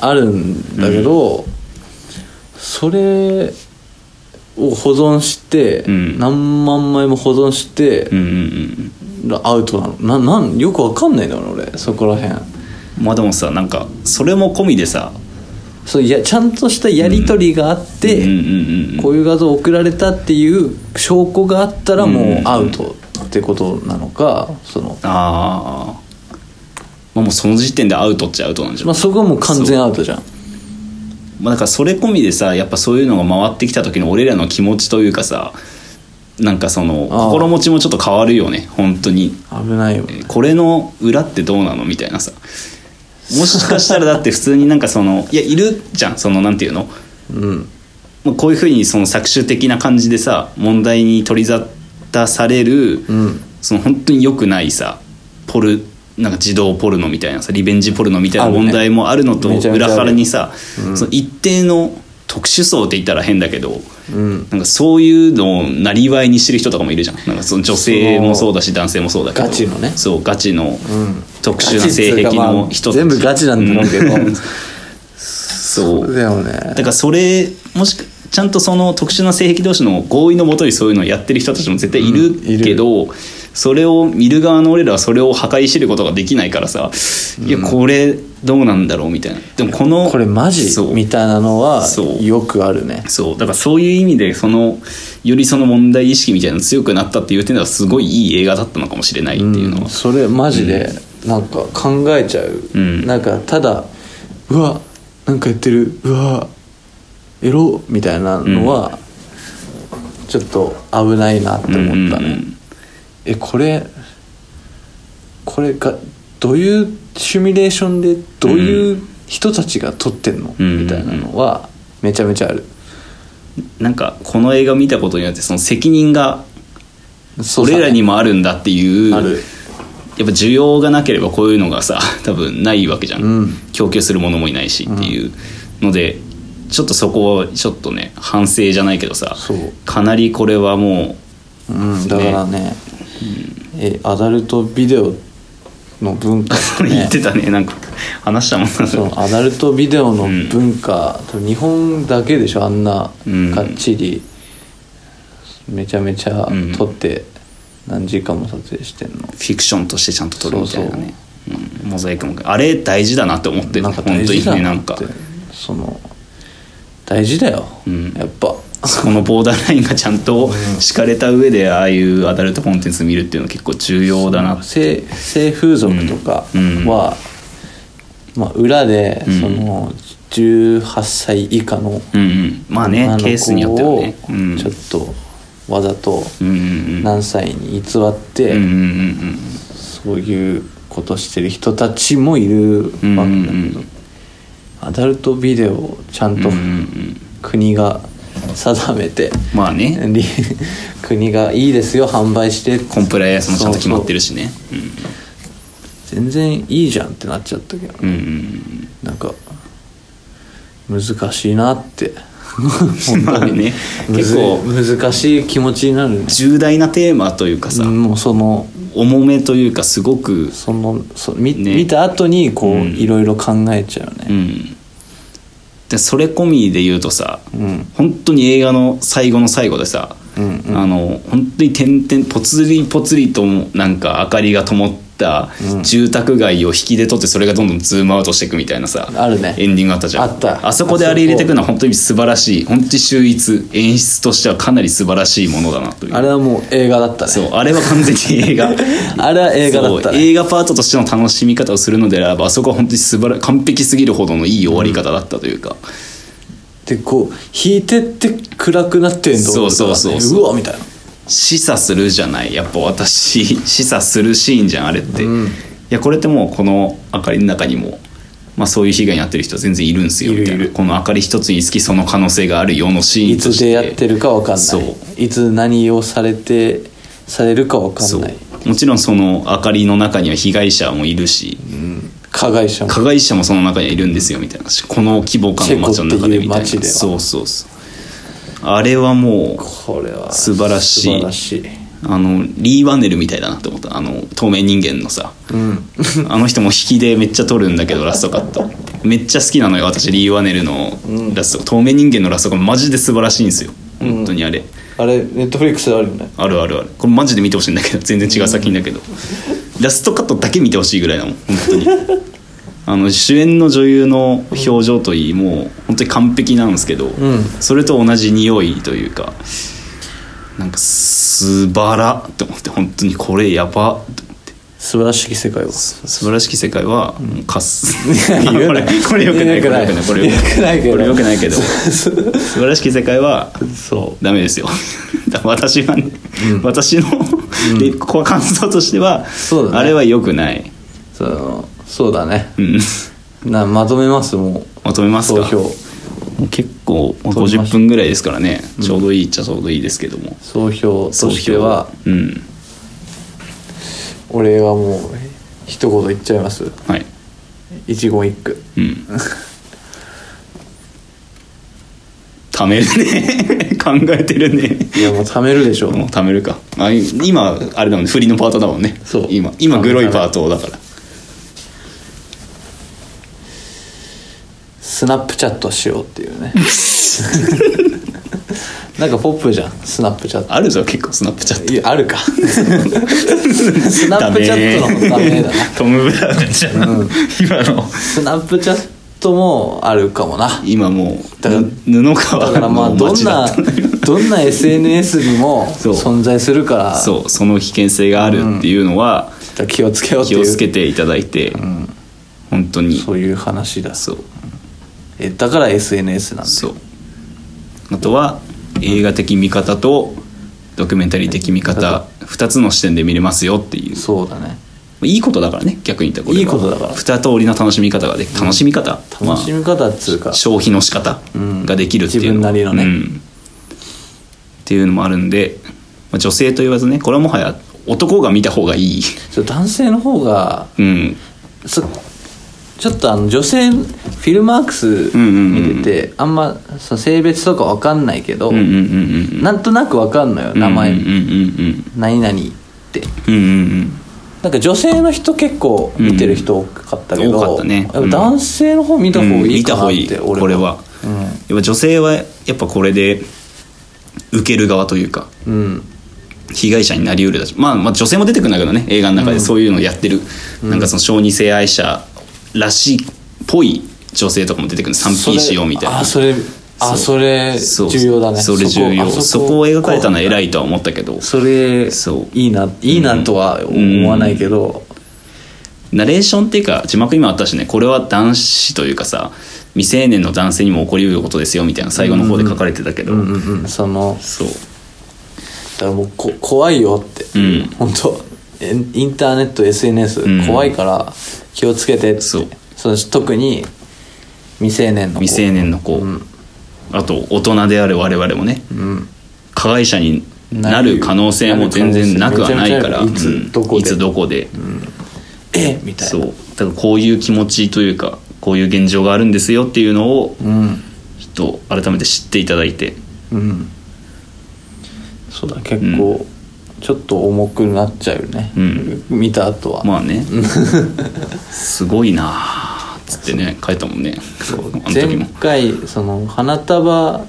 B: あるんだけど、それを保存して、
A: うん
B: 何万枚も保存して
A: う、ん、うんうん
B: アウトなのななんよくわかんないんだよな俺そこらへん
A: うんまあでもさなんかそれも込みでさ
B: そういやちゃんとしたやり取りがあ
A: う
B: っ
A: んうん
B: て、
A: うん
B: こういう画像送られたっていう証拠があったらもうアウトってことなのかその、
A: ああまあもうその時点でアウトっちゃアウトなんじゃな
B: まあ、
A: い、
B: そこはもう完全アウトじゃん
A: まあ、だからそれ込みでさやっぱそういうのが回ってきた時の俺らの気持ちというかさなんかその
B: あー
A: 心持ちもちょっと変わるよね本当に
B: 危ないよ
A: これの裏ってどうなのみたいなさもしかしたらだって普通になんかそのいやいるじゃんそのなんていうの、
B: うん
A: まあ、こういうふうにその搾取的な感じでさ問題に取り沙汰される、
B: うん
A: その本当に良くないさポルなんか児童ポルノみたいなさリベンジポルノみたいな
B: あるね
A: 問題もあるのと
B: めちゃめちゃ
A: 裏
B: ある
A: 腹にさ、その一定の特殊層って言ったら変だけど、
B: うん
A: なんかそういうのをなりわいにしてる人とかもいるじゃんなんかその女性もそうだし男性もそうだけど
B: ガチのね
A: そうガチの
B: ん
A: 特殊な性癖の人たち、
B: ガチっつうかまあ全部ガチなんだろうけど、
A: うんそう
B: だよ
A: だか
B: ね
A: らそれもしくちゃんとその特殊な性癖同士の合意のもとにそういうのをやってる人たちも絶対い
B: うんい
A: る
B: る
A: けど、それを見る側の俺らはそれを破壊してることができないからさ、いやこれどうなんだろうみたいなでもこの
B: これマジ
A: そう
B: みたいなのは
A: そう
B: よくあるね
A: そうだからそういう意味でそのよりその問題意識みたいなの強くなったっていう点ではすごいいい映画だったのかもしれないっていうのは
B: ん、それマジでなんか考えちゃう、
A: うん
B: なんかただうわなんかやってるうわエロみたいなのは、ちょっと危ないなって思ったね、
A: うんうんうん
B: えこれこれがどういうシミュレーションでどういう人たちが撮ってんの、
A: うん
B: みたいなのはめちゃめちゃある
A: なんかこの映画見たことによってその責任が
B: そうだ
A: 俺
B: ね
A: らにもあるんだっていう
B: ある
A: やっぱ需要がなければこういうのがさ 多分ないわけじゃん、
B: うん
A: 供給するものもいないしっていうのでちょっとそこはちょっとね反省じゃないけどさ
B: そう
A: かなりこれはも
B: うん、だからねえアダルトビデオの文化
A: う
B: ね
A: 言ってたねなんか話したもんな
B: そのアダルトビデオの文化、多分日本だけでしょあんな
A: うん
B: がっちり、めちゃめちゃ撮って何時間も撮影してんの、
A: フィクションとしてちゃんと撮るみたいなねうんモザイクもあれ大事だなって思ってる
B: なんか大事
A: 本当
B: だ
A: にねな
B: なんって
A: か
B: その大事だよ、
A: ん
B: やっぱ
A: そこのボーダーラインがちゃんと敷かれた上でああいうアダルトコンテンツ見るっていうのは結構重要だな
B: 性性風俗とか
A: うんうん
B: は、まあ、裏で
A: ん
B: その18歳以下の
A: うんうんまあね
B: 女の
A: ケースによっては
B: 子を
A: ねうん
B: ちょっとわざと
A: うんうんうん
B: 何歳に偽って、
A: うんうんうん
B: そういうことしてる人たちもいるわけだけど、
A: うんうんうん
B: アダルトビデオをちゃんと
A: うんうんうん
B: 国が定めて、
A: まあね
B: り 国がいいですよ販売して
A: コンプライアンスもちゃんと決まってるしね
B: 全然いいじゃんってなっちゃったけど、
A: うんうんうん
B: なんか難しいなって本
A: まあ
B: 当に
A: ね
B: むず
A: 結構
B: 難しい気持ちになるね
A: 重大なテーマというかさ
B: もうその
A: 重めというかすごく
B: そのそ見,、
A: ね
B: 見た後にこう、
A: うん
B: いろいろ考えちゃう
A: う
B: ね
A: んでそれ込みで言うとさ
B: うん
A: 本当に映画の最後の最後でさ
B: うんうん
A: あの本当に点々ぽつりぽつりともなんか明かりが灯った住宅街を引きで撮ってそれがどんどんズームアウトしていくみたいなさ
B: あるね
A: エンディングあったじゃん
B: あった
A: あそこであれ入れていくのは本当に素晴らしい本当に秀逸演出としてはかなり素晴らしいものだなという
B: あれはもう映画だったね
A: そうあれは完全に 映画
B: あれは映画だった
A: そう
B: ね
A: 映画パートとしての楽しみ方をするのであればあそこは本当に素晴ら完璧すぎるほどのいい終わり方だったというか、
B: でこう引いてって暗くなってんの
A: そうそうそうそう
B: うわみたいな
A: 示唆するじゃないやっぱ私示唆するシーンじゃんあれって、いやこれってもうこの明かりの中にも、まあ、そういう被害に遭ってる人は全然いるんですよ
B: いる
A: みたい
B: い
A: な
B: る
A: この明かり一つにつきその可能性があるよのシー
B: い
A: ンと
B: つ
A: して
B: 出やってるかわかん
A: そ
B: な
A: う
B: いいつ何をされてされるかわか
A: そ
B: ん
A: う
B: ない
A: もちろんその明かりの中には被害者もいるし、
B: 加害者も
A: 加害者もその中にはいるんですよみたいなこの規模感の街の中でみたいな
B: チェコっていう街では
A: そうそうそうあれはもう
B: これは
A: 素晴らしい
B: 素晴らしい
A: あのリー・ワネルみたいだなって思ったあの透明人間のさ、あの人も引きでめっちゃ撮るんだけどラストカットめっちゃ好きなのよ私リー・ワネルのラスト、透明人間のラストがマジで素晴らしいんですよ本当にあれ、
B: あれネットフリックスであるよね
A: あるあるあるこれマジで見てほしいんだけ ど全然違う作品だけど、ラストカットだけ見てほしいぐらいだもん本 当にあの主演の女優の表情といいもう本当に完璧なんですけど、
B: ん
A: それと同じ匂いというかなんか素晴らって思って本当にこれやばって思って
B: 素晴らしき世界を
A: 素晴らしき世界はもうカ ス
B: いや
A: これこれよくないこれよくないこれよくないこ
B: よ
A: れ
B: くない
A: よくない けど素晴らしき世界は
B: そ
A: ダメですよ だから私はね、私の、でこう感想としては、
B: そうだね
A: あれは良くない、
B: うそのそうだね
A: うん、
B: なまとめますもう
A: まとめますか
B: 総評
A: もう結構まあ
B: 取りま
A: 50
B: した
A: 分ぐらいですからね、ちょうどいいっちゃちょうどいいですけども
B: 総評としては
A: 総評うん
B: 俺はもう一言言っちゃいます
A: はい
B: 一言一句
A: うん貯めるね 考えてるね
B: いやもう貯めるでしょ
A: もう貯めるかあい今あれだもんね振りのパートだもんね
B: そう
A: 今今グロいパートだから
B: スナップチャットしようっていうね なんかポップじゃんスナップチャット
A: あるぞ結構スナップチャット
B: いやあるかスナップチャットの方がダメだな
A: トム・ブラウンじゃん、今の
B: スナップチャットもあるかもな
A: 今もう
B: だから
A: ぬ布川
B: だからまあ
A: の
B: どん
A: 街だ
B: な
A: ったのよ
B: どんな SNS にも
A: そう
B: 存在するから
A: そうその危険性があるっていうのは
B: 気をつけようって
A: 気
B: い
A: を
B: う
A: つけていただいて、本当に
B: そういう話だ
A: そう
B: えだから SNS なんだよ
A: そうあとは映画的見方とドキュメンタリー的見方2つの視点で見れますよっていう
B: そうだね
A: いいことだからね逆に言ったら
B: いいことだから
A: 2通りの楽しみ方がで楽しみ方、まあ
B: 楽しみ方っつうか、
A: 消費の仕方ができるっていう
B: うん自分なりのね
A: うんっていうのもあるんで、まあ、女性と言わずねこれはもはや男が見た方がいい、
B: そう男性の方が
A: うん、
B: そちょっとあの女性フィルマークス見てて、あんまその性別とかわかんないけど、
A: うんうんうん
B: なんとなくわかんのよ
A: うん
B: 名前、
A: うんうんうん
B: 何々って
A: うんうんうん
B: なんか女性の人結構見てる人多かったけど、
A: うん多かったね
B: やぱ男性の方見た方がいいかなっ
A: うん見
B: て、
A: た方がいい
B: 俺
A: これは、やっぱ女性はやっぱこれで受ける側というか
B: うん、うん
A: 被害者になりうるだし、まあ、まあ女性も出てくるんだけどね映画の中でそういうのをやってる、なんかその小児性愛者らしいっぽい女性とかも出てくるの 3P しようみたいな
B: あそれあそれ
A: そう
B: 重要だね
A: それ重要
B: あ
A: そこを描かれたのは偉いとは思ったけど
B: それ
A: そう
B: いいないいなとは思わないけど、
A: ナレーションっていうか字幕にもあったしねこれは男子というかさ未成年の男性にも起こりうることですよみたいな最後の方で書かれてたけど、
B: うんうんうん、その
A: そう
B: だからもうこ怖いよって、
A: うん
B: 本当えインターネット SNS、
A: うん
B: 怖いから気をつけてって
A: そう
B: その特に未成年の子
A: 未成年の子、
B: ん
A: あと大人である我々もね、
B: ん
A: 加害者になる可能性も全然なくはないから
B: なる可能性
A: うん
B: いつどこで
A: いつどこで
B: えみたい
A: そ
B: な
A: うだからこういう気持ちというかこういう現状があるんですよっていうのを
B: うん
A: ちょっと改めて知っていただいて
B: うんそうだ結構、ちょっと重くなっちゃうよね、
A: うん
B: 見た後は、
A: まあ ねすごいなあっつってね書いたもんねあの時
B: 前
A: も
B: 回その花束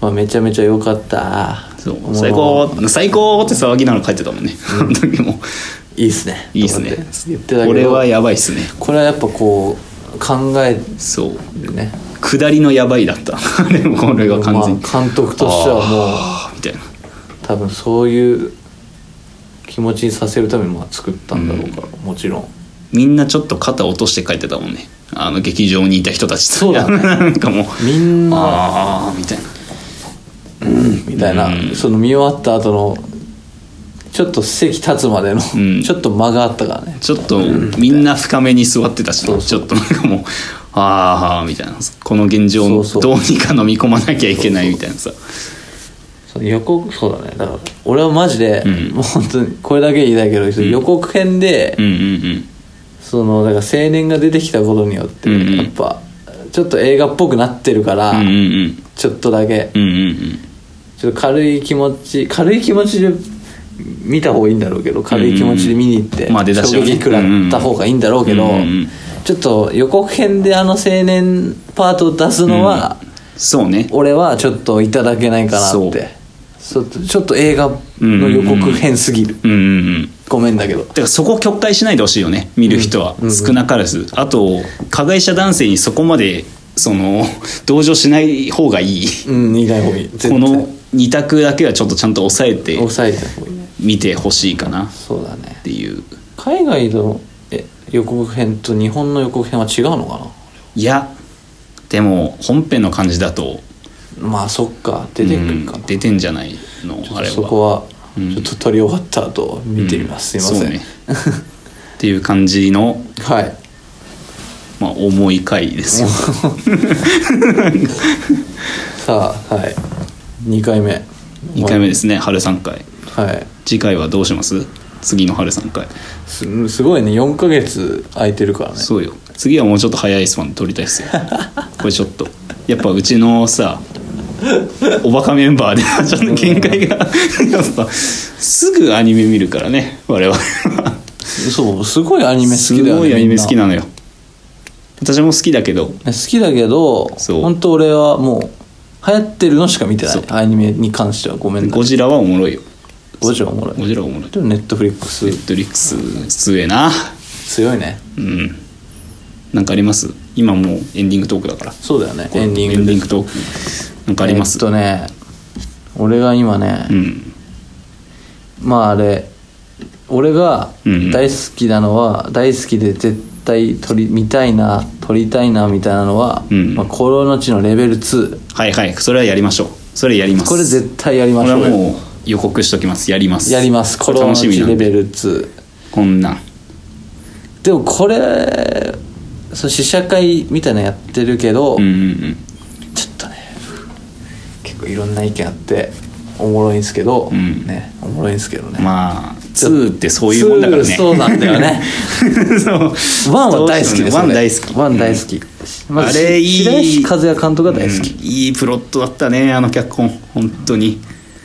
B: はめちゃめちゃ良かった
A: そう最高最高って騒ぎながら書いてたもんね、あの時も
B: いいっすね
A: いいっすね
B: とかって言ってたけど
A: これはやばいっすね
B: これはやっぱこう考え
A: そう
B: るね
A: 下りのやばいだったあれもこれは完全に、
B: まあ監督としてはも
A: あーみたいな
B: う多分そういう気持ちにさせるためにまあ作ったんだろうから、もちろん
A: みんなちょっと肩落として書いてたもんねあの劇場にいた人たちと
B: そうだね
A: なんかもう
B: みんな
A: ああみたいな
B: みたいな、
A: うん
B: その見終わった後のちょっと席立つまでの、
A: ん
B: ちょっと間があったからね
A: ちょっとみんな深めに座ってたし
B: そう
A: ち
B: そう
A: ょっとなんかもうああみたいなこの現状を
B: そうそ
A: どう
B: う
A: にか飲み込まなきゃいけないみたいなさ
B: その予告そうだねだから俺はマジで、
A: うん
B: もう本当にこれだけ言いたいけど、予告編で、
A: うんうん
B: そのだから青年が出てきたことによって、
A: うんうん
B: やっぱちょっと映画っぽくなってるから、
A: うんうんうん
B: ちょっとだけ
A: うんうんうん
B: ちょっと軽い気持ち軽い気持ちで見た方がいいんだろうけど軽い気持ちで見に行って、
A: まあ出だし
B: 衝
A: はね
B: 撃食らった方がいいんだろうけど、
A: うんうん
B: ちょっと予告編であの青年パートを出すのは、
A: そうね
B: 俺はちょっといただけないかなってそうちょっと映画の予告編すぎる、
A: うんうんうん
B: ごめんだけど
A: だからそこを曲解しないでほしいよね見る人は、少なからずあと加害者男性にそこまでその 同情しない方がいい
B: うん言いたい方がいい絶対
A: この2択だけはちょっとちゃんと抑えて
B: 抑えた方がいい
A: 見てほしいかなっ
B: そうだね
A: ていう
B: 海外のえ予告編と日本の予告編は違うのか
A: いやでも本編の感じだと
B: なまあそっか出てくるかな、
A: うん出てんじゃないのあれは
B: そこは
A: うん
B: ちょっと撮り終わった後見てみます、
A: うん
B: すいません、
A: そうねっていう感じの、
B: はい
A: まあ、重い回 ですよ
B: さあはい2回目
A: 2回目ですね春3回
B: はい
A: 次回はどうします次の春3回
B: すすごいね4ヶ月空いてるからね
A: そうよ次はもうちょっと早いスパンで撮りたいっ すよこれちょっとやっぱうちのさおバカメンバーで はちょっと限界がやっぱすぐアニメ見るからね我々は
B: そうすごいアニメ好
A: す
B: きだよね
A: ごいアニメ
B: みん
A: 好きなのよ私も好きだけど
B: 好きだけど
A: そう
B: 本当俺はもう流行ってるのしか見てないアニメに関してはごめんな
A: ゴジラはおもろいよ
B: ゴジラおもろい
A: ゴジラはおもろい
B: でもネットフリックス
A: ネットリックス強えな
B: 強いね
A: うんなんかあります今もうエンディングトークだから
B: そうだよねエンディングです
A: トークなんかあります、
B: えっとね俺が今ね、
A: うん
B: まああれ俺が
A: うんうん
B: 大好きなのは、大好きで絶体撮り見たいな撮りたいなみたいなのは、
A: うん
B: まあ、この後のレベル2
A: はいはいそれはやりましょうそれやります
B: これ絶対やり
A: こ
B: まし
A: れ
B: ょ
A: は
B: うよ
A: もう予告しときますやります
B: やりますこ
A: こ
B: れ
A: れ
B: の
A: 楽しみ
B: 後
A: な
B: レ
A: ん
B: ベ
A: で
B: ル2
A: こんなん
B: でもこれそう試写会みたいなのやってるけど、
A: うんうん
B: ちょっとね結構いろんな意見あっておもろいんすけど、
A: ん
B: ねおもろいんすけどね、
A: うんまあ2ってそういうもんだからね
B: 2そうなんだよね
A: そう
B: ワンは大好きです
A: ワン大好き
B: ワン大好き、まず
A: あれいい
B: 白石和也監督が大好き、
A: うんいいプロットだったねあの脚本本当に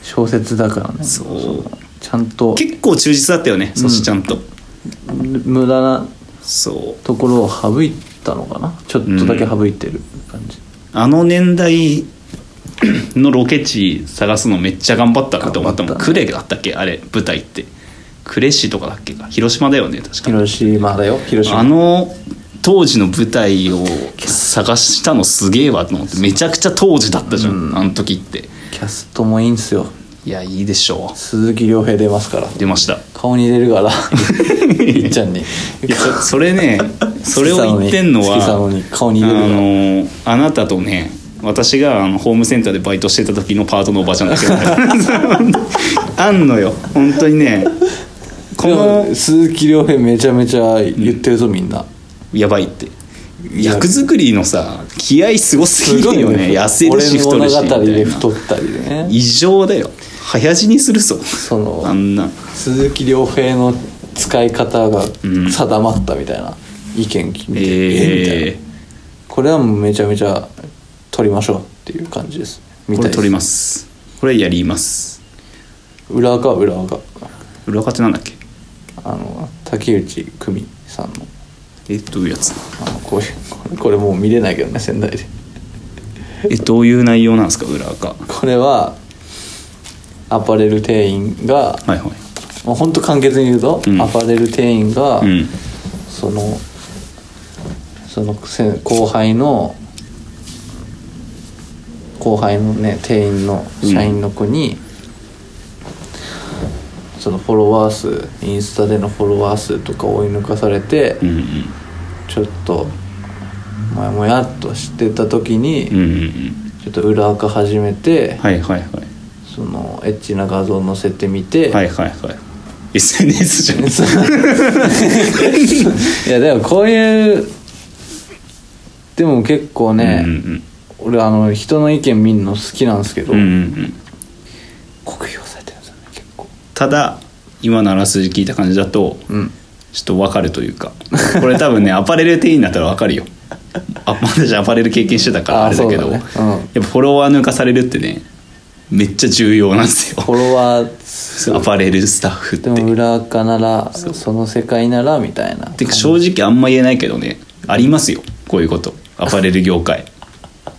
B: 小説だからね
A: そう
B: ちゃんと
A: 結構忠実だったよねそしちゃんと、
B: 無駄な
A: そう
B: ところを省いたのかなちょっとだけ省いてる感じ、
A: あの年代のロケ地探すのめっちゃ頑張ったなって思ったもん
B: 頑張った
A: 呉、だったっけあれ舞台って呉市とかだっけか広島だよね確か
B: 広島だよ広島
A: あの当時の舞台を探したのすげえわと思ってめちゃくちゃ当時だったじゃん、あの時って
B: キャストもいいんすよ
A: いやいいでしょ
B: 鈴木亮平出ますから
A: う出ました
B: 顔に出るから いっちゃんに
A: いやそそれ ねそれを言ってんのは
B: 好きさのに顔に入れる
A: あ
B: よ
A: のーあなたとね私があのホームセンターでバイトしてた時のパートのおばちゃんだけど あんのよ本当にねこの
B: でも鈴木亮平めちゃめちゃ言ってるぞみんな、
A: やばいって役作りのさ気合すごすぎるよね痩せるし太るしみ
B: 俺の
A: た
B: 物語で
A: いな
B: 太ったりでね
A: 異常だよ早死にするぞ
B: その
A: あんな
B: 鈴木亮平の使い方が定まったみたいな意見聞
A: え
B: いて、えみ
A: え
B: たいなこれはもうめちゃめちゃ取りましょうっていう感じです
A: これ取り
B: ま
A: ますこれやります
B: す裏垢は裏垢
A: 裏方なんだっけ
B: あの竹内久美さんの
A: えどういうやつ
B: あのこういうこれこれもう見れないけどね仙台で
A: えどういう内容なんですか裏垢は
B: これはアパレル店員が、
A: いはい
B: まあ、本当簡潔に言うと、
A: うん
B: アパレル店員が、
A: うん
B: そのそのせ後輩の後輩のね店員の社員の子に、そのフォロワー数インスタでのフォロワー数とか追い抜かされて、
A: うんうん
B: ちょっともやもやっとしてた時に、
A: うんうんうん
B: ちょっと裏垢始めて、
A: はいはいはい
B: そのエッチな画像載せてみて、
A: はいはいはい SNS じゃない
B: いやでもこういうでも結構ね、
A: うん
B: 俺あの人の意見見るの好きなんですけど、
A: うんうんうんうん
B: 酷評されてるんですよね結構
A: ただ今のあらすじ聞いた感じだと、
B: うん
A: ちょっと分かるというかこれ多 分ねアパレル店員だったら分かるよあ私アパレル経験してたから
B: あ
A: あれだけど、
B: そうだ
A: やっ
B: ねうん
A: ぱフォロワー抜かされるってねめっちゃ重要なんです
B: フォロワー数
A: よアパレルスタッフっ
B: で
A: て
B: も裏垢ならその世界ならみたいな
A: てか正直あんま言えないけどねありますよこういうことアパレル業界
B: あ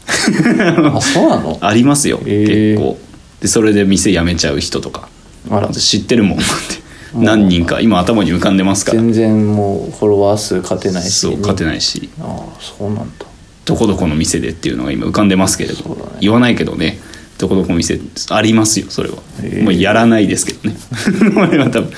B: そうなの
A: ありますよ、
B: へえ
A: 結構でそれで店辞めちゃう人とか
B: あら
A: 私知ってるもんだって何人か今頭に浮かんでますから
B: 全然もうフォロワー数勝てないし
A: そう勝てないし
B: ああそうなんだ
A: どこどこの店でっていうのが今浮かんでますけれども、
B: そうだね
A: 言わないけどねどこどこの店ありますよそれは、
B: へえ
A: もうやらないですけどね 俺は多分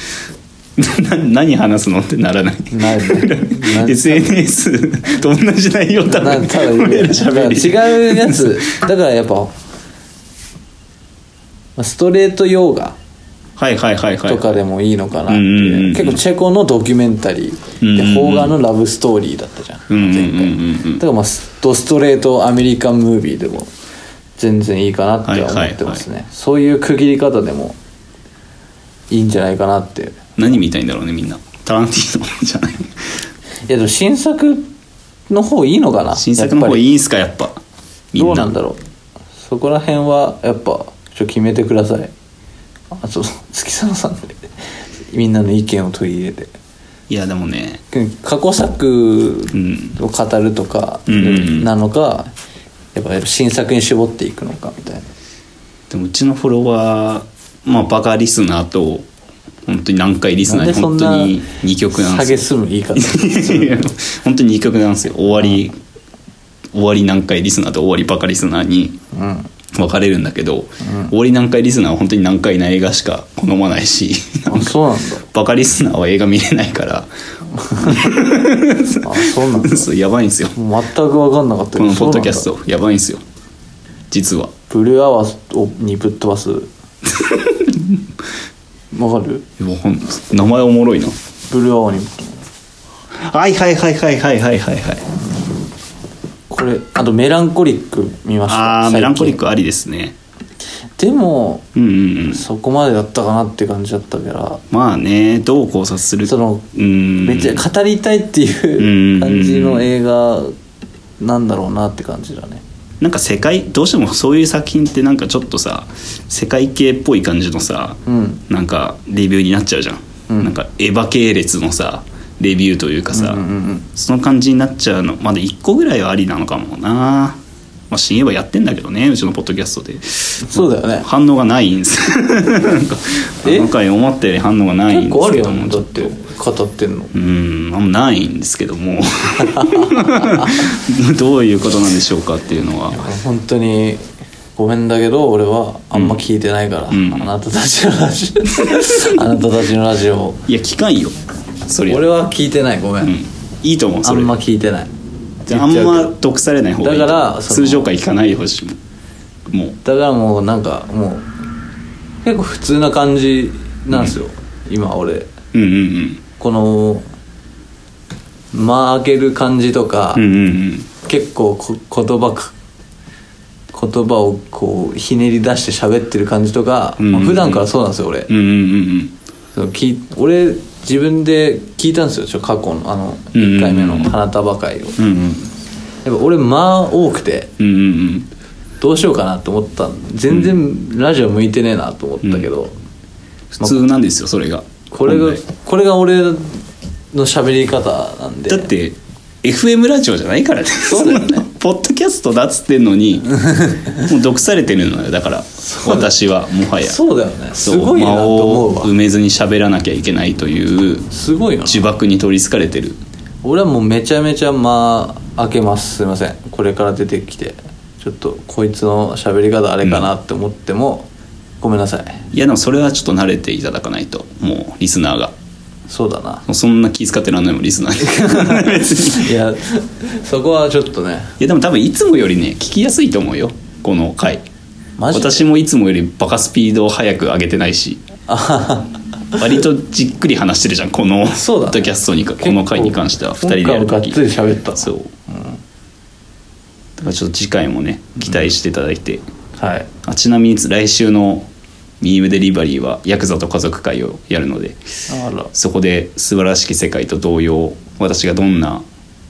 A: な 何話すのってならない
B: なるね
A: SNS と同じ内容多
B: な
A: 分
B: ただ
A: 俺ら喋り
B: 違うやつだからやっぱまあストレートヨガ
A: はいはいはいはい
B: とかでもいいのかなって
A: うんうんうんう
B: い
A: ん
B: う結構チェコのドキュメンタリー
A: うんうんうん
B: で邦画のラブストーリーだったじゃん
A: うんうんうんうんうん
B: だからまあストストレートアメリカンムービーでも全然いいかなっては思ってますね、そういう区切り方でもいいんじゃないかなって
A: 何見たいんだろうねみんなタランティーノじゃない
B: いやでも新作の方いいのかな
A: 新作の
B: やっぱ
A: 方
B: り
A: いいんすかやっぱみん
B: ど
A: な
B: うなんだろうそこら辺はやっぱちょ決めてくださいあそう 月佐野さんでみんなの意見を取り入れて
A: いやでもね
B: 過去作
A: うん
B: を語るとか
A: うんうんうん
B: なのか、やっぱ新作に絞っていくのかみたいな
A: でもうちのフォロワーまあバカリスナーと本当に何回リスナ
B: な
A: ー
B: んで
A: に
B: そ
A: 本
B: んな
A: 当に2曲なんですよ
B: すむ言い方
A: いや 本当に2曲なんですよ終わり終わり何回リスナーと終わりバカリスナーに
B: うん
A: 分かれるんだけど、終わり何回リスナーは本当に何回な映画しか好まないし
B: あそうなんだ
A: バカリスナーは映画見れないから
B: あそうなんだ
A: そうやばいんですよ
B: もう全く分かんなかったけ
A: こ
B: ど
A: のポッドキャス
B: そう
A: トやばいんですよ実は
B: なんだブルーアワーをにぶっ飛ば すわかる
A: わかんない名前おもろいな
B: ブルーアワーにぶっ飛ばす
A: はいはいはいはいはいはいはいはい
B: これあとメランコリック見まし
A: あ
B: た
A: ー
B: 最近
A: メランコリックありですね
B: でも
A: うんうんうん
B: そこまでだったかなって感じだったから
A: まあねどう考察する
B: その
A: うん
B: めっちゃ語りたいって
A: うんうん
B: いううん感じの映画なんだろうなって感じだね
A: なんか世界どうしてもそういう作品ってなんかちょっとさ世界系っぽい感じのさ、
B: うん
A: なんかレビューになっちゃうじゃん、
B: うん
A: なんかエヴァ系列のさレビューというかさ、
B: うんうんうん
A: その感じになっちゃうのまだ1個ぐらいはありなのかもなまあ新エヴァやってんだけどねうちのポッドキャストで
B: そうだよね
A: 反応がないんです なんか
B: え
A: 今回思ったより反応がないんですけ
B: 結
A: ども
B: 構あるよねだって語ってんの
A: うんあんまないんですけど もどういうことなんでしょうかっていうのは
B: 本当にごめんだけど俺はあんま聞いてないから、
A: ん
B: あなたたちのラジ オあなたたちのラジオ
A: いや聞かんよそれ
B: 俺は聞いてないごめん、
A: うんいいと思う
B: あ
A: それ
B: んま聞いてない
A: じゃああん
B: 言っちゃ
A: ま
B: うけど
A: 毒されない方がいい
B: だからそ
A: 通
B: の
A: 常回聞かないでほしいもう
B: だからもうなんかもう結構普通な感じなんですよ、今俺
A: うんうん
B: この間開ける感じとか、
A: うんうんうんうん
B: 結構こ言葉か言葉をこうひねり出して喋ってる感じとか、
A: うんうんうん
B: まあ普段からそうなんですよ俺、
A: うんうんうん
B: その聞い俺自分で聞いたんですよちょ過去のあの
A: うんうんうん
B: 1回目の花束会を、
A: うんうん
B: やっぱ俺間多くて
A: うんうん
B: どうしようかなと思った全然ラジオ向いてねえなと思ったけど、
A: 普通なんですよそれが
B: これ
A: 本
B: が
A: 来
B: これが俺の喋り方なんで
A: だって FM ラジオじゃないからね
B: そ うだよね
A: ポッドキャストだっつってんの にもう毒されてるのよだから私はもはや
B: そうだよね
A: そう
B: すごいな
A: 間
B: と
A: を
B: 思う
A: 埋
B: わ
A: めずに喋らなきゃいけないという
B: すごいよな
A: 呪縛に取りつかれてる
B: 俺はもうめちゃめちゃ間開けますすいませんこれから出てきてちょっとこいつの喋り方あれかなって思っても、ごめんなさい
A: いやでもそれはちょっと慣れていただかないともうリスナーが
B: そうだな
A: もうそんな気遣ってらんないもんリスナー に別に
B: いやそこはちょっとね
A: いやでも多分いつもよりね聞きやすいと思うよこの回
B: マジで
A: 私もいつもよりバカスピードを速く上げてないし
B: あはは
A: 割とじっくり話してるじゃんこの
B: そうだね
A: ポッドキャストにかこの回に関しては2人でやる
B: 今回はがっ
A: 時
B: つり喋った
A: そう、だからちょっと次回もね期待していただいて、
B: はい
A: あちなみに来週のミームデリバリーはヤクザと家族会をやるので
B: あら
A: そこで素晴らしき世界と同様私がどんな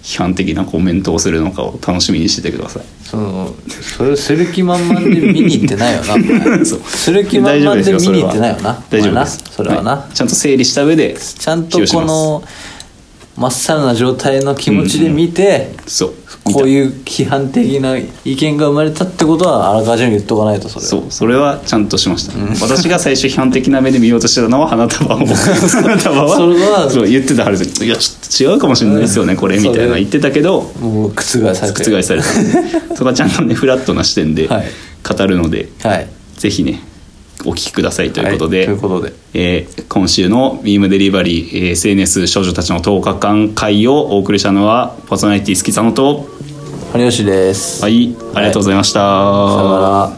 A: 批判的なコメントをするのかを楽しみにしててく ださい
B: そのそれする気満々で見に行ってないよなお前
A: そう
B: する気満々で見に行ってないよな
A: 大丈夫で
B: お前な
A: す
B: それはな、
A: いちゃんと整理した上で
B: ちゃんと
A: 寄付し
B: こ
A: ます
B: のまっさらな状態の気持ちで見て、
A: そう
B: こういう批判的な意見が生まれたってことはあらかじめ言っとかないとそれは
A: そうそれはちゃんとしました、私が最初批判的な目で見ようとしてたのは花束 を花束は
B: それは
A: そう言ってたはずいやちょっと違うかもしれないですよね、これみたいな言ってたけど
B: もう覆されてる
A: 覆 されたそこはちゃんとねフラットな視点で
B: はい
A: 語るので、
B: はい
A: ぜひねお聞きくださいということで、
B: はいということで
A: えー今週のビームデリバリー、えー SNS 少女たちの10日間会をお送りしたのはパーソナリティ好きさのと
B: 有吉です、
A: はいありがとうございました、
B: さよなら